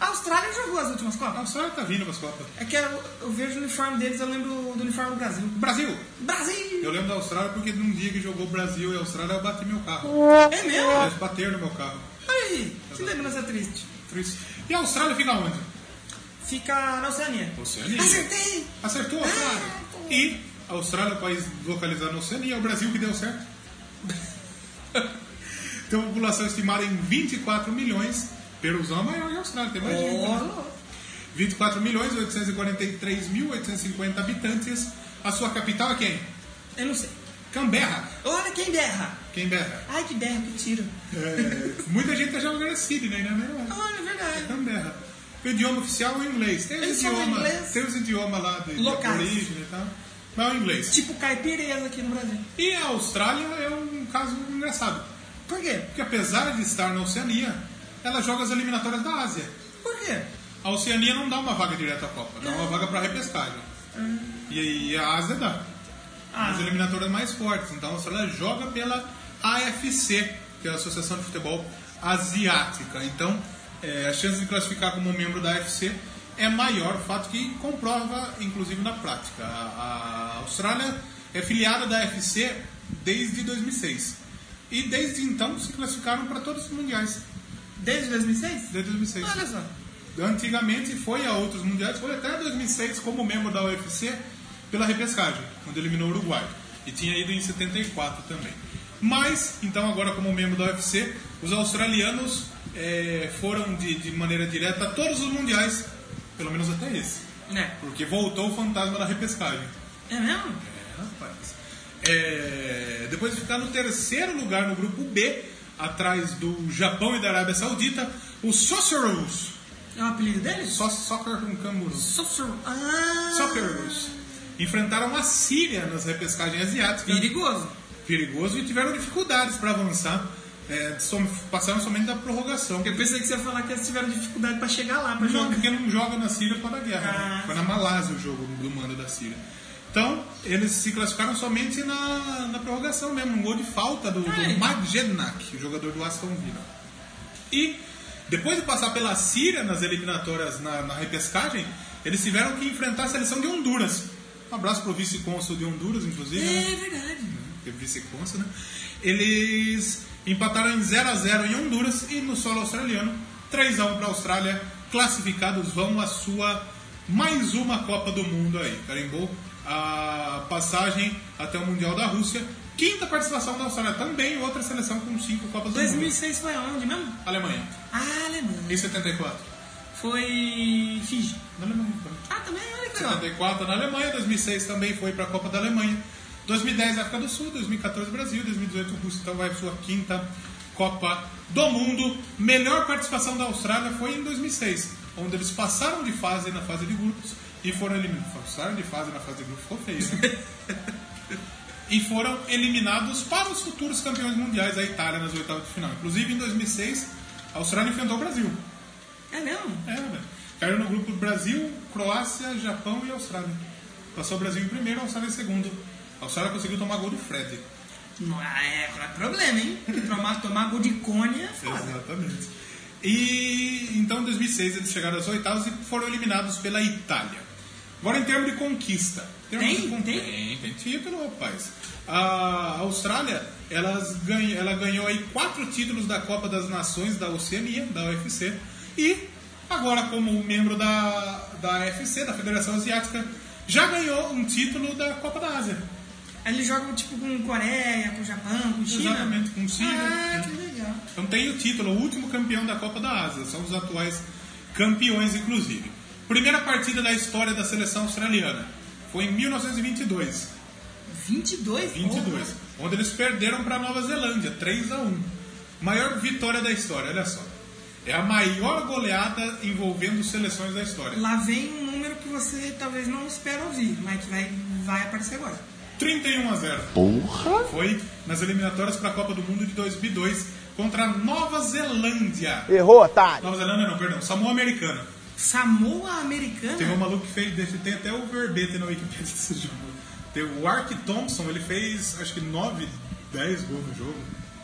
A: A Austrália jogou as últimas
D: A
A: Copas.
D: Austrália tá vindo para as Copas.
A: É que eu, eu vejo o uniforme deles, eu lembro do uniforme do Brasil.
D: Brasil.
A: Brasil!
D: Eu lembro da Austrália porque num dia que jogou Brasil e Austrália eu bati meu carro.
A: É mesmo?
D: Eles bateram no meu carro.
A: Olha aí, que lembrança triste.
D: Triste. E a Austrália fica onde?
A: Fica na Oceania.
D: Oceania.
A: Acertei!
D: Acertou a Austrália. E a Austrália é o país localizado na Oceania, é o Brasil que deu certo. Tem uma população estimada em 24 milhões. Peruzão é maior que a Austrália, tem mais gente. né?
A: Ó,
D: 24 milhões 843.850 habitantes. A sua capital é quem?
A: eu não sei.
D: Canberra.
A: Olha quem berra!
D: Canberra.
A: Ai, que berra, que tiro.
D: É, muita gente já jogando Sydney, né? Não é verdade?
A: Olha, é verdade.
D: Canberra. O idioma oficial é o inglês. Tem
A: Eles
D: os
A: falam
D: idiomas
A: inglês?
D: tem os idioma lá de, de
A: Locais.
D: origem e tal. Mas é o inglês.
A: Tipo caipireza aqui no Brasil.
D: E a Austrália é um caso engraçado,
A: Por quê?
D: porque apesar de estar na Oceania, ela joga as eliminatórias da Ásia.
A: Por quê?
D: A Oceania não dá uma vaga direta à Copa, dá uma vaga para repescagem. E aí a Ásia dá. As eliminatórias mais fortes. Então a Austrália joga pela AFC, que é a Associação de Futebol Asiática. Então é, a chance de classificar como membro da AFC é maior, fato que comprova, inclusive, na prática. A, a Austrália é filiada da AFC desde 2006. E desde então se classificaram para todos os mundiais.
A: Desde 2006?
D: Desde 2006.
A: Olha só.
D: Antigamente foi a outros mundiais, foi até 2006 como membro da UFC pela repescagem, quando eliminou o Uruguai. E tinha ido em 74 também. Mas, então, agora como membro da UFC, os australianos eh, foram de, de maneira direta a todos os mundiais, pelo menos até esse.
A: Né?
D: Porque voltou o fantasma da repescagem.
A: É mesmo?
D: É, rapaz. É, depois de ficar no terceiro lugar no grupo B, atrás do Japão e da Arábia Saudita, os Sorcerers
A: É o apelido deles?
D: só soccer com canguru.
A: Soccer. Ah!
D: Soccerers. Enfrentaram a Síria nas repescagens asiáticas.
A: Perigoso.
D: Perigoso e tiveram dificuldades para avançar. É, som- passaram somente da prorrogação.
A: Eu pensei que você ia falar que eles tiveram dificuldade pra chegar lá, pra
D: Não,
A: jogar.
D: porque não joga na Síria por causa da guerra. né?
A: Ah.
D: Foi na Malásia o jogo do mando da Síria. Então, eles se classificaram somente na, na prorrogação mesmo. Um gol de falta do, do
A: Ai.
D: Magdenak, o jogador do Aston Villa. E depois de passar pela Síria nas eliminatórias na, na repescagem, eles tiveram que enfrentar a seleção de Honduras. Um abraço pro vice-cônsul de Honduras, inclusive. né?
A: É verdade.
D: que é vice-consul, né? Eles empataram em 0 a 0 em Honduras e no solo australiano, 3 a 1 para a Austrália, classificados vão à sua mais uma Copa do Mundo aí. Carimbou a passagem até o Mundial da Rússia, quinta participação da Austrália também, outra seleção com cinco Copas do Mundo.
A: 2006 foi aonde mesmo?
D: Alemanha,
A: Ah, Alemanha.
D: em 74.
A: Foi. Fiji.
D: Na Alemanha, então. foi.
A: Ah, também, olha que legal.
D: 74 na Alemanha, 2006 também foi para a Copa da Alemanha, 2010 África do Sul, 2014 Brasil, 2018 Rússia, então vai para sua quinta Copa do Mundo. Melhor participação da Austrália foi em 2006, onde eles passaram de fase na fase de grupos e foram eliminados. Passaram de fase na fase de grupos, ficou feio, né? e foram eliminados para os futuros campeões mundiais, a Itália nas oitavas de final. Inclusive em 2006, a Austrália enfrentou o Brasil.
A: É mesmo?
D: É, velho. Caiu no grupo Brasil, Croácia, Japão e Austrália. Passou o Brasil em primeiro, a Austrália em segundo. A Austrália conseguiu tomar gol do Fred.
A: Não é, é problema, hein? Tomar, tomar gol de cone é foda.
D: Exatamente. E então em 2006 eles chegaram às oitavas e foram eliminados pela Itália. Agora em termos de conquista. Em termos
A: Tem?
D: de con-
A: Tem?
D: Tem, tem título, rapaz. A Austrália, elas ganha, ela ganhou aí quatro títulos da Copa das Nações da Oceania, da UFC. E agora como membro da, da AFC, da Federação Asiática, já ganhou um título da Copa da Ásia.
A: Aí Eles jogam tipo com Coreia, com Japão, com China.
D: Exatamente, com Síria.
A: Ah, que legal.
D: Então tem o título, o último campeão da Copa da Ásia. São os atuais campeões, inclusive. Primeira partida da história da seleção australiana. Foi em 1922.
A: 22?
D: 22.
A: Porra.
D: Onde eles perderam para Nova Zelândia, 3 a 1 Maior vitória da história, olha só. É a maior goleada envolvendo seleções da história.
A: Lá vem um número que você talvez não espera ouvir, mas que vai, vai aparecer agora.
D: 31 a 0. Porra! Foi nas eliminatórias para a Copa do Mundo de 2002 contra a Nova Zelândia.
B: Errou, otário.
D: Nova Zelândia não, perdão, Samoa Americana.
A: Samoa Americana?
D: Teve um maluco que fez, desse- tem até o verbete na Wikipedia desse jogo. Tem o Ark Thompson, ele fez acho que 9, 10 gols no jogo.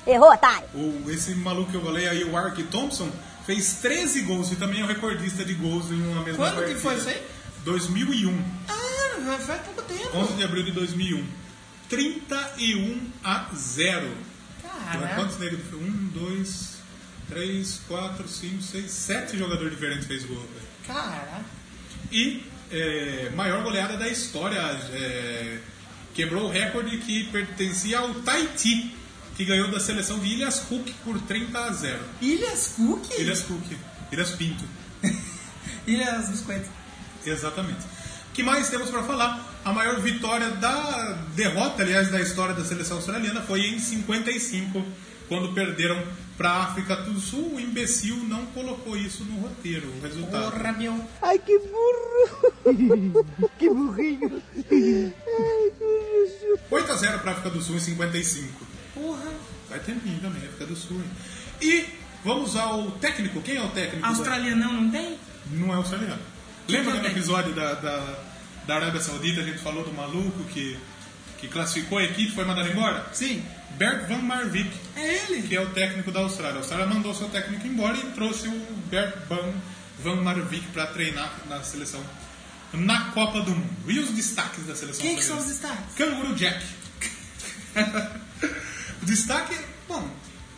I: Errou, otário.
D: O, esse maluco que eu falei aí, o Ark Thompson, fez 13 gols e também é o recordista de gols em uma mesma
A: Quando que
D: partida.
A: foi isso aí?
D: 2001.
A: Ah, vai- faz pouco tempo.
D: 11 de abril de 2001. 31 a 0.
A: Caraca.
D: Quantos nele? 1, 2, 3, 4, 5, 6, 7 jogadores diferentes fez gol. velho.
A: Caraca.
D: E é, maior goleada da história. é, quebrou o recorde que pertencia ao Tahiti, que ganhou da seleção de Ilhas Cook por 30 a 0.
A: Ilhas Cook?
D: Ilhas Cook. Ilhas Pinto.
A: Ilhas Biscoito.
D: Exatamente. O que mais temos para falar? A maior vitória da derrota, aliás, da história da seleção australiana foi em 55, quando perderam para a África do Sul. O imbecil não colocou isso no roteiro, o resultado.
A: Porra, meu.
B: Ai, que burro. que burrinho.
D: 8 a 0 para a África do Sul em 55.
A: Porra.
D: Vai ter mim também, África do Sul. hein? E vamos ao técnico. Quem é o técnico?
A: Australianão não tem?
D: Não é australiano. Lembra
A: que é
D: aquele
A: o técnico?
D: episódio da, da, da Arábia Saudita? A gente falou do maluco que, que classificou a equipe e foi mandado embora?
A: Sim.
D: Bert Van Marwijk,
A: É ele.
D: que é o técnico da Austrália. A Austrália mandou seu técnico embora e trouxe o Bert Van, Van Marwijk para treinar na seleção na Copa do Mundo. E os destaques da seleção
A: Quem que são os
D: australiana?
A: destaques?
D: Canguru Jack. o destaque, bom,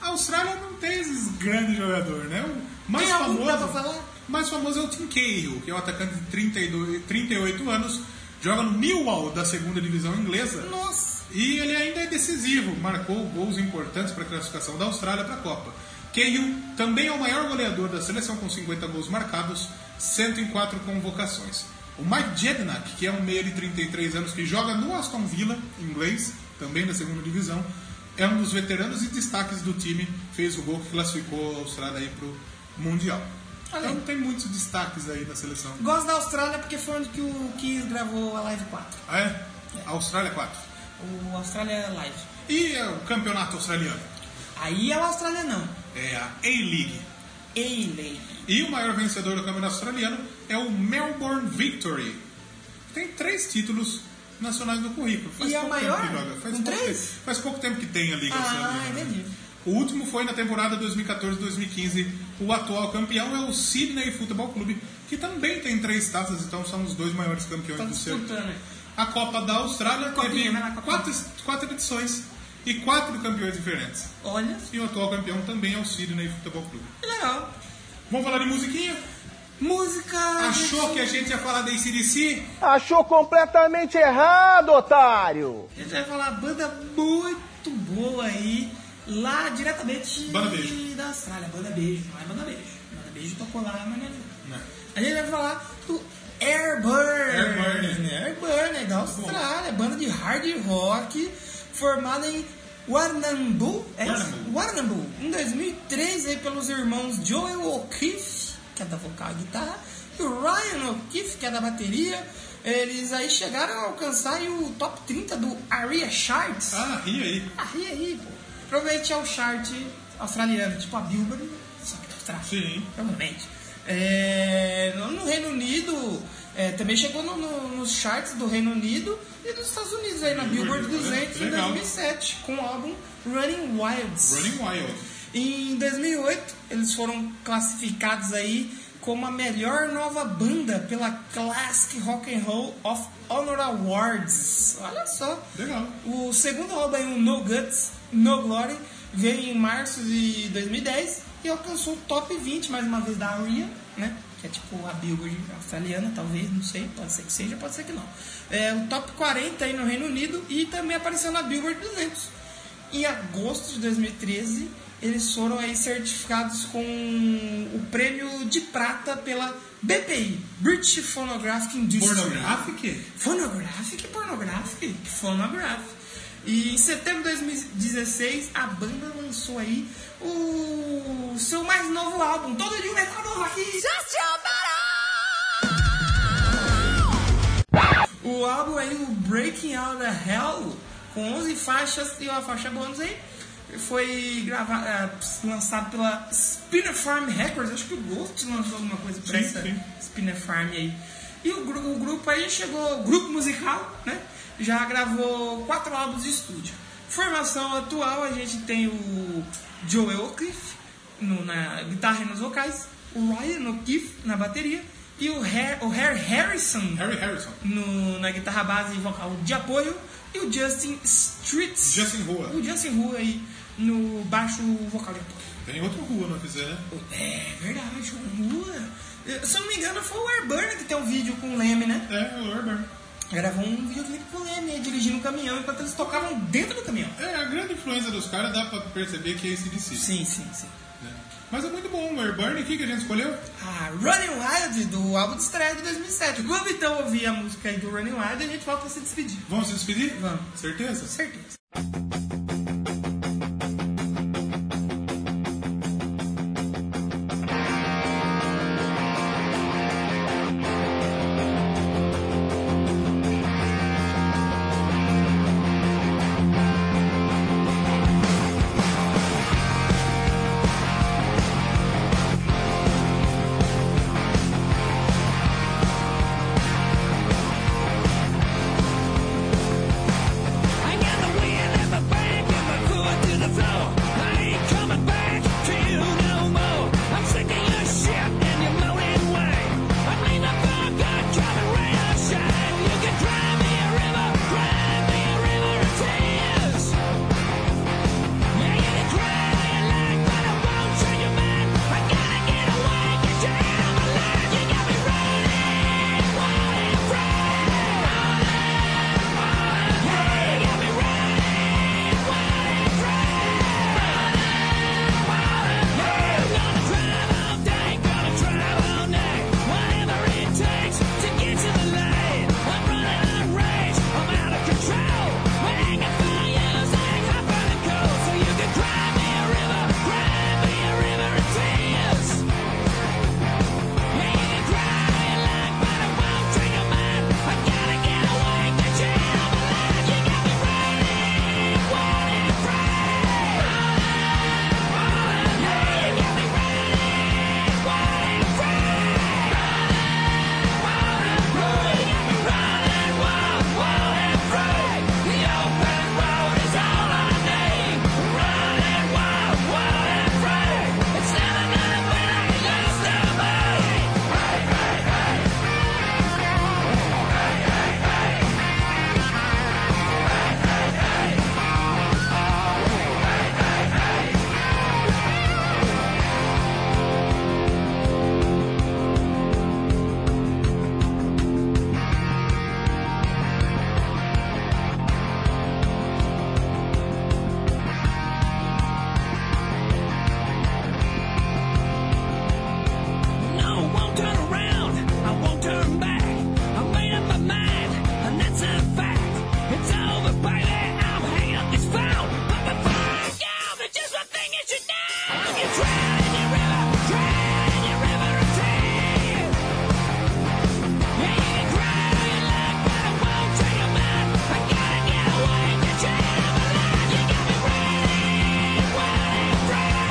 D: a Austrália não tem esses grandes jogadores, né? O mais
A: Tem algum que
D: famoso,
A: dá pra falar?
D: o mais famoso é o Tim Cahill, que é um atacante de 32, 38 anos, joga no Millwall da segunda divisão inglesa.
A: Nossa.
D: E ele ainda é decisivo, marcou gols importantes para a classificação da Austrália para a Copa. Cahill também é o maior goleador da seleção com 50 gols marcados, 104 convocações. O Mike Jednak, que é um meia de 33 anos que joga no Aston Villa, inglês, também da segunda divisão, é um dos veteranos e destaques do time, fez o gol que classificou a Austrália para o Mundial.
A: Olha aí.
D: Então tem muitos destaques aí da seleção.
A: Gosto da Austrália porque foi onde que o Kiss gravou a Live 4.
D: Ah, é? Austrália 4.
A: O Austrália Live.
D: E é, o campeonato australiano?
A: Aí é o Australianão.
D: É a A-League.
A: Ele.
D: E o maior vencedor do campeonato australiano é o Melbourne Victory. Tem três títulos nacionais no currículo. Faz
A: E é
D: pouco
A: maior?
D: Tempo que joga. Faz,
A: Com
D: pouco
A: três?
D: Tempo, faz pouco tempo que tem a Liga
A: Ah,
D: Australiana. né?
A: entendi.
D: O último foi na temporada 2014-2015. O atual campeão é o Sydney Futebol Clube, que também tem três taças, então são os dois maiores campeões
A: Tá
D: do seu.
A: disputando, né?
D: A Copa da Austrália
A: Copinha,
D: teve
A: vai lá, Copinha.
D: quatro, quatro edições e quatro campeões diferentes.
A: Olha.
D: E o atual campeão também é o Sydney Futebol Clube.
A: que Legal.
D: Vamos falar de musiquinha?
A: Música.
D: Achou que a gente ia falar da ACDC?
B: Achou completamente errado, otário.
A: A gente vai falar banda muito boa aí, lá diretamente
D: Banda Beijo.
A: da Austrália. Banda Beijo, não é Banda Beijo. Banda Beijo tocou lá, mas não é. A gente vai falar do Airburn.
D: Airburn.
A: né? Airburn, é da Austrália. Banda de hard rock, formada em Warrnambool, é isso?
D: Warrnambool.
A: Warrnambool, em 2003, aí pelos irmãos Joel O'Keefe, que é da vocal e guitarra, e o Ryan O'Keefe, que é da bateria. Eles aí chegaram a alcançar aí o top 30 do ARIA Charts.
D: Ah, ri aí.
A: Ah, e aí, pô? Provavelmente é o chart australiano, tipo a Billboard, só que atrás.
D: Sim.
A: Provavelmente. É, no, no Reino Unido, é, também chegou no- no- nos charts do Reino Unido e dos Estados Unidos, aí na
D: Billboard,
A: Billboard 200 em
D: né? legal.
A: 2007, com o álbum Running Wilds.
D: Running Wild.
A: Em 2008, eles foram classificados aí como a melhor nova banda pela Classic Rock and Roll of Honor Awards. Olha só.
D: Legal.
A: O segundo álbum aí, o No Guts, No Glory, veio em março de 2010 e alcançou o top 20 mais uma vez da ARIA, né? Que é tipo a Billboard australiana, talvez, não sei, pode ser que seja, pode ser que não. É o top 40 aí no Reino Unido e também apareceu na Billboard 200. Em agosto de 2013, eles foram aí certificados com o prêmio de prata pela BPI, British Phonographic Industry.
D: Pornographic?
A: Phonographic? Pornographic? Phonographic. E em setembro de 2016, a banda lançou aí o seu mais novo álbum, Todo Dia um Metal Novo aqui.
I: Já te amará.
A: O O álbum aí, o Breaking Out of Hell, com 11 faixas e uma faixa bônus aí, foi gravado, lançado pela Spinner Farm Records. Acho que o Ghost lançou alguma coisa pra
D: Sim,
A: essa
D: sim.
A: Spinner Farm aí. E o, gru- o grupo aí chegou, o grupo musical, né? Já gravou quatro álbuns de estúdio. Formação atual, a gente tem o Joel O'Cliff no- na guitarra e nos vocais, o Ryan O'Keefe na bateria e o Harry, o Harry Harrison
D: Harry Harrison.
A: no- na guitarra base e vocal de apoio e o Justin Streets.
D: Justin Rua.
A: O Justin Rua aí no baixo vocal de apoio.
D: Tem outro rua, não fizer, né?
A: É verdade, o Rua. eh, Se eu não me engano, foi o Airburn que tem um vídeo com o Leme, né?
D: É, o Urban.
A: Gravou um videoclipe com o Leme, eh, dirigindo um caminhão enquanto eles tocavam dentro do caminhão.
D: É, a grande influência dos caras dá pra perceber que é esse de si.
A: Sim, sim, sim.
D: Mas é muito bom. O Airburn aqui que a gente escolheu.
A: A Ah, Running Wild do álbum de estreia de 2007. Vamos então ouvir a música aí do Running Wild e a gente volta pra se despedir.
D: Vamos se despedir?
A: Vamos.
D: Certeza?
A: Com certeza.
I: I got the wind at my back and my foot to the floor. I ain't coming back to you no more. I'm sick of your shit and your moaning way. I mean the fire God driving rain shine. You can drive me a river, drive me a river of tears. Yeah, you can cry all you like, but I won't change your mind. I gotta get away, get you out of my life. You got me running, running, running. Drive me a river, drive me a river of tears. It's never gonna be like it used to be. No, won't turn around. I won't turn back. I made up my mind, and that's a fact. It's over, baby. I'm hanging up this phone. But before I go, there's just one thing you should know. You drown in your river, drown in your river of tears. Yeah, you can cry all you like, but I won't change your mind. I gotta get away, get you out of my life. You got me running, running, running.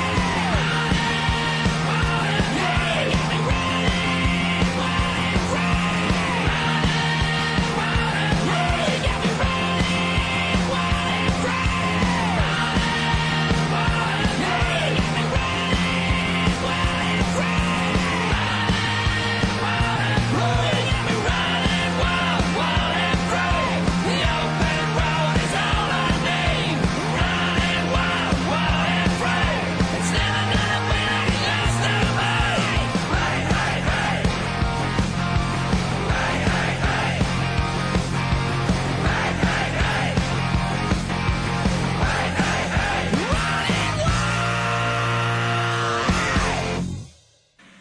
I: It's never gonna be like it used to be. Hey, hey, hey. Hey, hey, hey. Hey, hey, hey. Hey, hey, hey. Running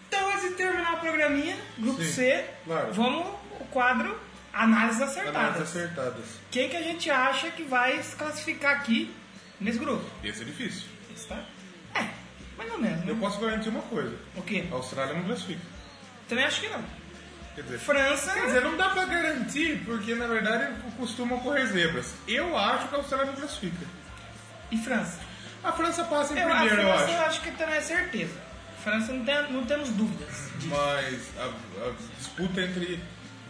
A: Então, antes de terminar o programinha, grupo
D: Sim,
A: C,
D: claro.
A: vamos o quadro Análise
D: Tá
A: Acertada.
D: acertadas.
A: Quem que a gente acha que vai se classificar aqui nesse grupo?
D: Esse é difícil.
A: Esse tá? É, mais ou menos.
D: Eu
A: Né?
D: posso garantir uma coisa.
A: O quê?
D: A Austrália não classifica.
A: Também acho que não.
D: Quer dizer,
A: França.
D: Quer dizer, não dá pra garantir, porque na verdade costuma ocorrer zebras. Eu acho que a Austrália não classifica.
A: E França?
D: A França passa em
A: Eu, a
D: primeiro, eu
A: França
D: acho.
A: eu acho que também é certeza. França não, tem, não temos dúvidas.
D: Mas a, a disputa entre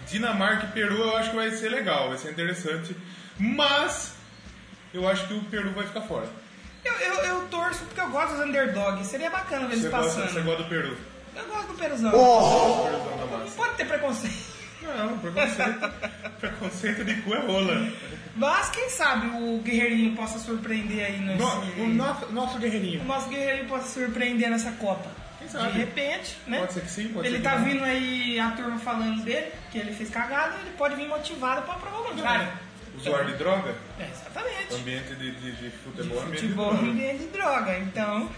D: Dinamarca e Peru eu acho que vai ser legal, vai ser interessante. Mas eu acho que o Peru vai ficar fora.
A: Eu, eu, eu torço porque eu gosto dos underdogs. Seria bacana ver
D: Você
A: eles
D: gosta,
A: passando.
D: você gosta do Peru.
A: Eu gosto do Peruzão.
D: Perdão da
A: Não
D: massa.
A: pode ter preconceito.
D: Não, preconceito, preconceito de cu é rola.
A: Mas quem sabe o Guerreirinho possa surpreender aí nesse...
D: No- o nosso, nosso
A: o
D: guerreirinho.
A: nosso Guerreirinho possa surpreender nessa Copa.
D: Quem sabe?
A: De repente, né?
D: Pode ser que sim, pode
A: Ele
D: ser que
A: tá
D: não.
A: vindo aí a turma falando dele, que ele fez cagada, ele pode vir motivado pra provar o contrário.
D: Usuário de droga?
A: É, exatamente.
D: Ambiente de, de, de futebol. ambiente de
A: Futebol
D: droga.
A: é ambiente de droga. Então,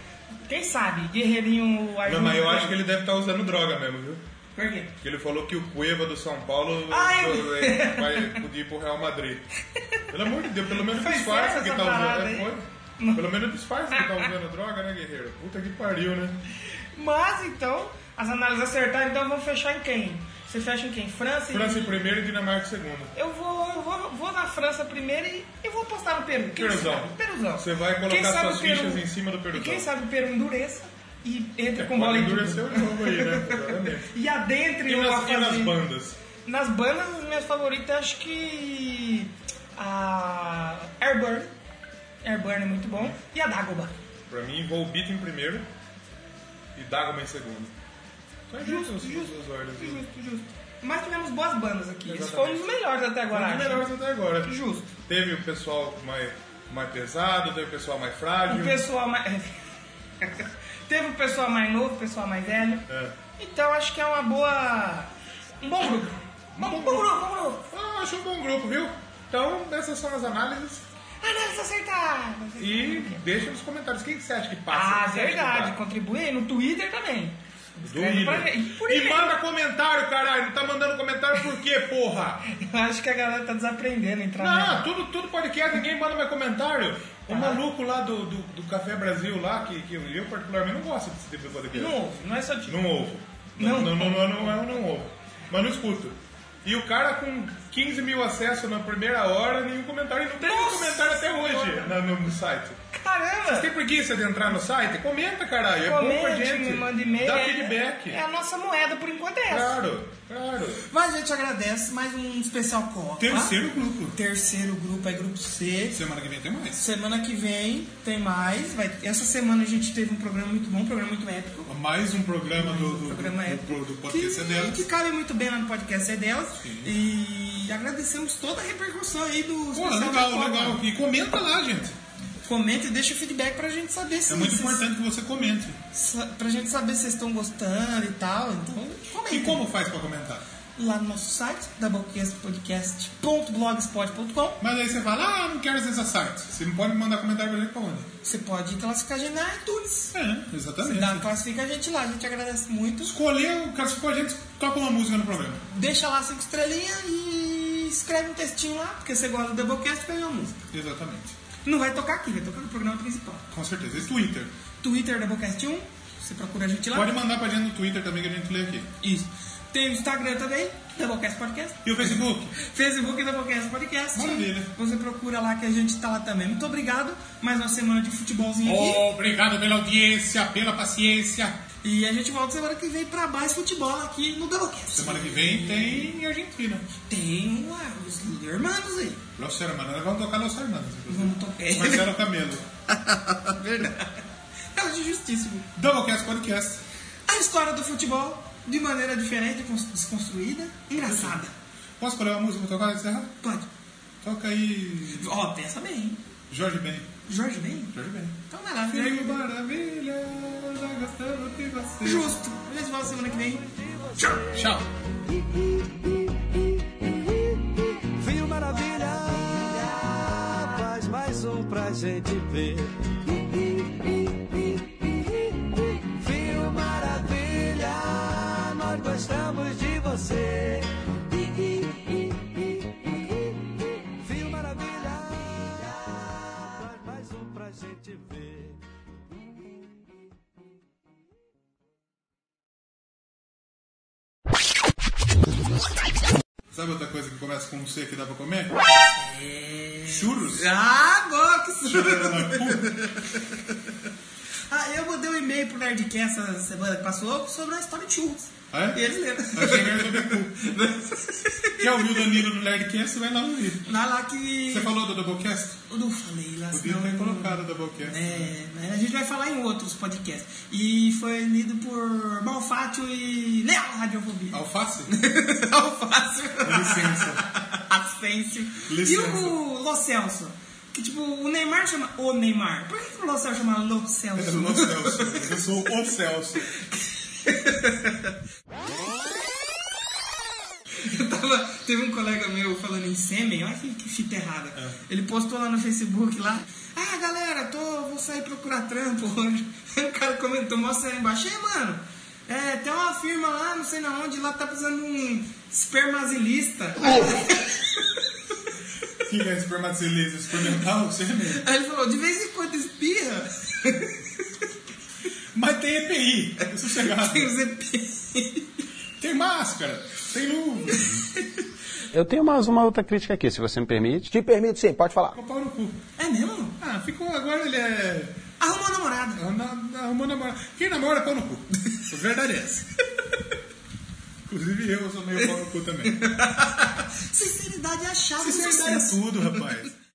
A: quem sabe? Guerreirinho
D: Não, mas eu acho que ele deve estar usando droga mesmo, viu?
A: Por quê?
D: Porque ele falou que o Cueva do São Paulo
A: Ah, eu-
D: vai, vai poder ir pro Real Madrid. Pelo amor de Deus, pelo menos
A: Foi
D: disfarça
A: sério
D: que
A: essa
D: tá
A: parada,
D: usando.
A: hein?
D: É, Foi? Pelo menos disfarça que tá usando droga, né, guerreiro? Puta que pariu, né?
A: Mas então, as análises acertaram, então vamos fechar em quem? Você fecha em quem? França e.
D: França em primeiro e Dinamarca em segundo.
A: Eu vou, eu vou, vou na França primeiro e eu vou apostar no Peru. Quem
D: Peruzão.
A: sabe? Peruzão.
D: Você vai colocar
A: Quem sabe
D: suas
A: o Peru-
D: fichas em cima do Peruzão. É,
A: E quem sabe o Peru endureça e entre com bola
D: Pode
A: em
D: endurecer
A: tudo.
D: o jogo aí, né? Exatamente.
A: E adentre
D: E
A: o
D: nas, e nas
A: afazer-
D: bandas?
A: Nas bandas, as minhas favoritas, acho que. A. Airburn. Airburn é muito bom. E a Dagoba.
D: Pra mim, Volbeat em primeiro e Dagoma em segundo. Só é justo, os- os olhos. né?
A: Justo, justo. Mas tivemos boas bandas aqui. Esse foi um
D: Exatamente.
A: dos melhores até
D: Foi um
A: agora.
D: dos
A: acho.
D: melhores até agora.
A: Justo.
D: Teve o pessoal mais, mais pesado, teve o pessoal mais
A: O
D: frágil.
A: pessoal mais. Teve o pessoal mais novo, o pessoal mais velho.
D: É.
A: Então acho que é uma boa. Um bom grupo. Um bom grupo, um bom grupo.
D: Ah, acho um bom grupo, viu? Então, essas são as análises.
A: Análises acertadas.
D: E deixa nos comentários quem que você acha que passa.
A: Ah,
D: Quem você acha que tá?
A: verdade.
D: passa?
A: Contribui aí no Twitter também.
D: Do
A: Escreve pra
D: Willian.
A: gente. Por
D: E
A: e-mail.
D: manda comentário, caralho. Não tá mandando comentário por quê, porra?
A: Eu acho que a galera tá Tá. desaprendendo a entrar
D: Não,
A: nela.
D: tudo, tudo podcast, ninguém manda mais comentário. O maluco lá do, do, do Café Brasil lá, que, que eu, eu particularmente não gosto desse tipo de podcast.
A: Não ouve, não é só tipo.
D: Não ouvo.
A: Não.
D: Não, não, não, não, não, eu não ouvo. Mas não escuto. E o cara com 15 mil acessos na primeira hora, nenhum comentário. E não tem nenhum
A: Nossa
D: comentário até hoje
A: Senhora.
D: na- no, no site.
A: Caramba!
D: Tem preguiça de entrar no site? Comenta, caralho. É bom pra
A: Comente,
D: gente.
A: me manda e-mail.
D: Dá
A: É-
D: feedback. É.
A: É a nossa moeda por enquanto é essa.
D: Claro, claro.
A: Mas a gente agradece mais um especial Copa.
E: Terceiro grupo.
A: Terceiro grupo é grupo C.
E: Semana que vem tem mais.
A: Semana que vem tem mais. Vai- Essa semana a gente teve um programa muito bom, um programa muito épico.
E: Mais um programa do, do,
A: programa
E: do,
A: épico.
E: do, do podcast
A: que,
E: é dela.
A: que cabe muito bem lá no podcast é dela. E agradecemos toda a repercussão aí do
E: Pô,
A: especial da
E: legal,
A: Copa.
E: legal. E comenta lá, gente.
A: Comenta e deixa o feedback pra gente saber se
E: É muito
A: vocês-
E: importante que você comente.
A: sa- pra gente saber se vocês estão gostando e tal. Então, comenta.
E: E como faz pra comentar?
A: Lá no nosso site, doublecastpodcast.blogspot.com.
E: Mas aí você fala, ah, não quero acessar site. Você não pode mandar comentário pra gente pra onde?
A: Você pode classificar a gente na iTunes. Você
E: É,
A: dá,
E: exatamente.
A: classifica a gente lá, a gente agradece muito.
E: Escolheu, classificou a gente, toca uma música no programa.
A: Deixa lá cinco estrelinhas e escreve um textinho lá, porque você gosta do Doublecast, pega uma música.
E: Exatamente.
A: Não vai tocar aqui, vai tocar no programa principal.
E: Com certeza. E Twitter.
A: Twitter Doublecast 1, você procura a gente lá.
E: Pode mandar pra gente no Twitter também que a gente lê aqui.
A: Isso. Tem o Instagram também, Doublecast Podcast.
E: E o Facebook?
A: Facebook Doublecast Podcast.
E: Maravilha.
A: Você procura lá que a gente tá lá também. Muito obrigado. Mais uma semana de futebolzinho aqui.
E: Obrigado pela audiência, pela paciência.
A: E a gente volta semana que vem pra mais futebol aqui no Doublecast.
E: Semana que vem tem Argentina.
A: Tem ué, os irmãos aí.
E: Los Hermanos, vamos tocar Los Hermanos. inclusive.
A: Vamos tocar.
E: Marcelo Camelo.
A: Verdade. É de justíssimo.
E: Doublecast Podcast.
A: A história do futebol de maneira diferente, cons- desconstruída, engraçada.
E: Posso escolher uma música pra tocar antes de encerrar?
A: Pode.
E: Toca aí
A: Ó, pensa bem. hein?
E: Jorge Ben.
A: Jorge bem?
E: Jorge Ben.
A: Então vai lá, Jorge.
E: Filho maravilha, já gostamos de você.
A: Justo. A gente volta semana que vem.
E: Tchau.
G: Viu maravilha? Faz mais um pra gente ver. Viu maravilha? Nós gostamos de você. Viu maravilha? Faz mais um pra gente ver.
D: Sabe outra coisa que começa com um C que dá pra comer?
A: É.
D: Churros.
A: Ah, box!
D: Churros.
A: ah, eu mandei um e-mail pro Nerdcast essa semana que passou sobre a história de churros.
D: Ah, é?
A: E eles leram.
D: Achei que era sobre cu. Quer ouvir o Danilo no Nerdcast? Vai lá ouvir.
A: Lá, lá que.
D: Você falou do Doublecast?
A: Eu não falei lá,
D: Podia
A: senão
D: ter
A: eu-
D: colocado o Doublecast.
A: É, mas a gente vai falar em outros podcasts. E foi lido por Malfátio e Leal Radiofobia.
D: Alface?
A: Alfácio.
D: Licença.
A: Ascencio. E
D: Licença.
A: o Lo Celso. Que tipo, o Neymar chama o Neymar. Por que, que o Lo Celso chama Lo
D: Eu
A: Celso?
D: sou o É Celso. Eu sou o Celso.
A: Eu tava- teve um colega meu falando em sêmen, olha que, que fita errada.
D: É.
A: Ele postou lá no Facebook lá. Ah, galera, tô, vou sair procurar trampo hoje. Aí o cara comentou, mostra aí embaixo. Ei, mano, é, tem uma firma lá, não sei na onde, lá tá precisando de um espermazilista.
D: É. Que é espermatozoide experimental, você mesmo.
A: Aí ele falou, de vez em quando espirra.
D: Mas tem EPI, é sossegado.
A: Tem os EPI.
D: Tem máscara, tem luva,
J: Eu tenho mais uma outra crítica aqui, se você me permite.
B: Te permito sim, pode falar.
D: com pau no cu.
A: É mesmo?
D: Ah, ficou, agora ele é.
A: Arrumou namorada.
D: anda- Arrumou namorado. Quem namora é pau no cu. A verdade é essa. Inclusive eu sou meio pau no cu também.
A: Sinceridade é a chave do
D: Sinceridade é
A: sucesso.
D: tudo, rapaz.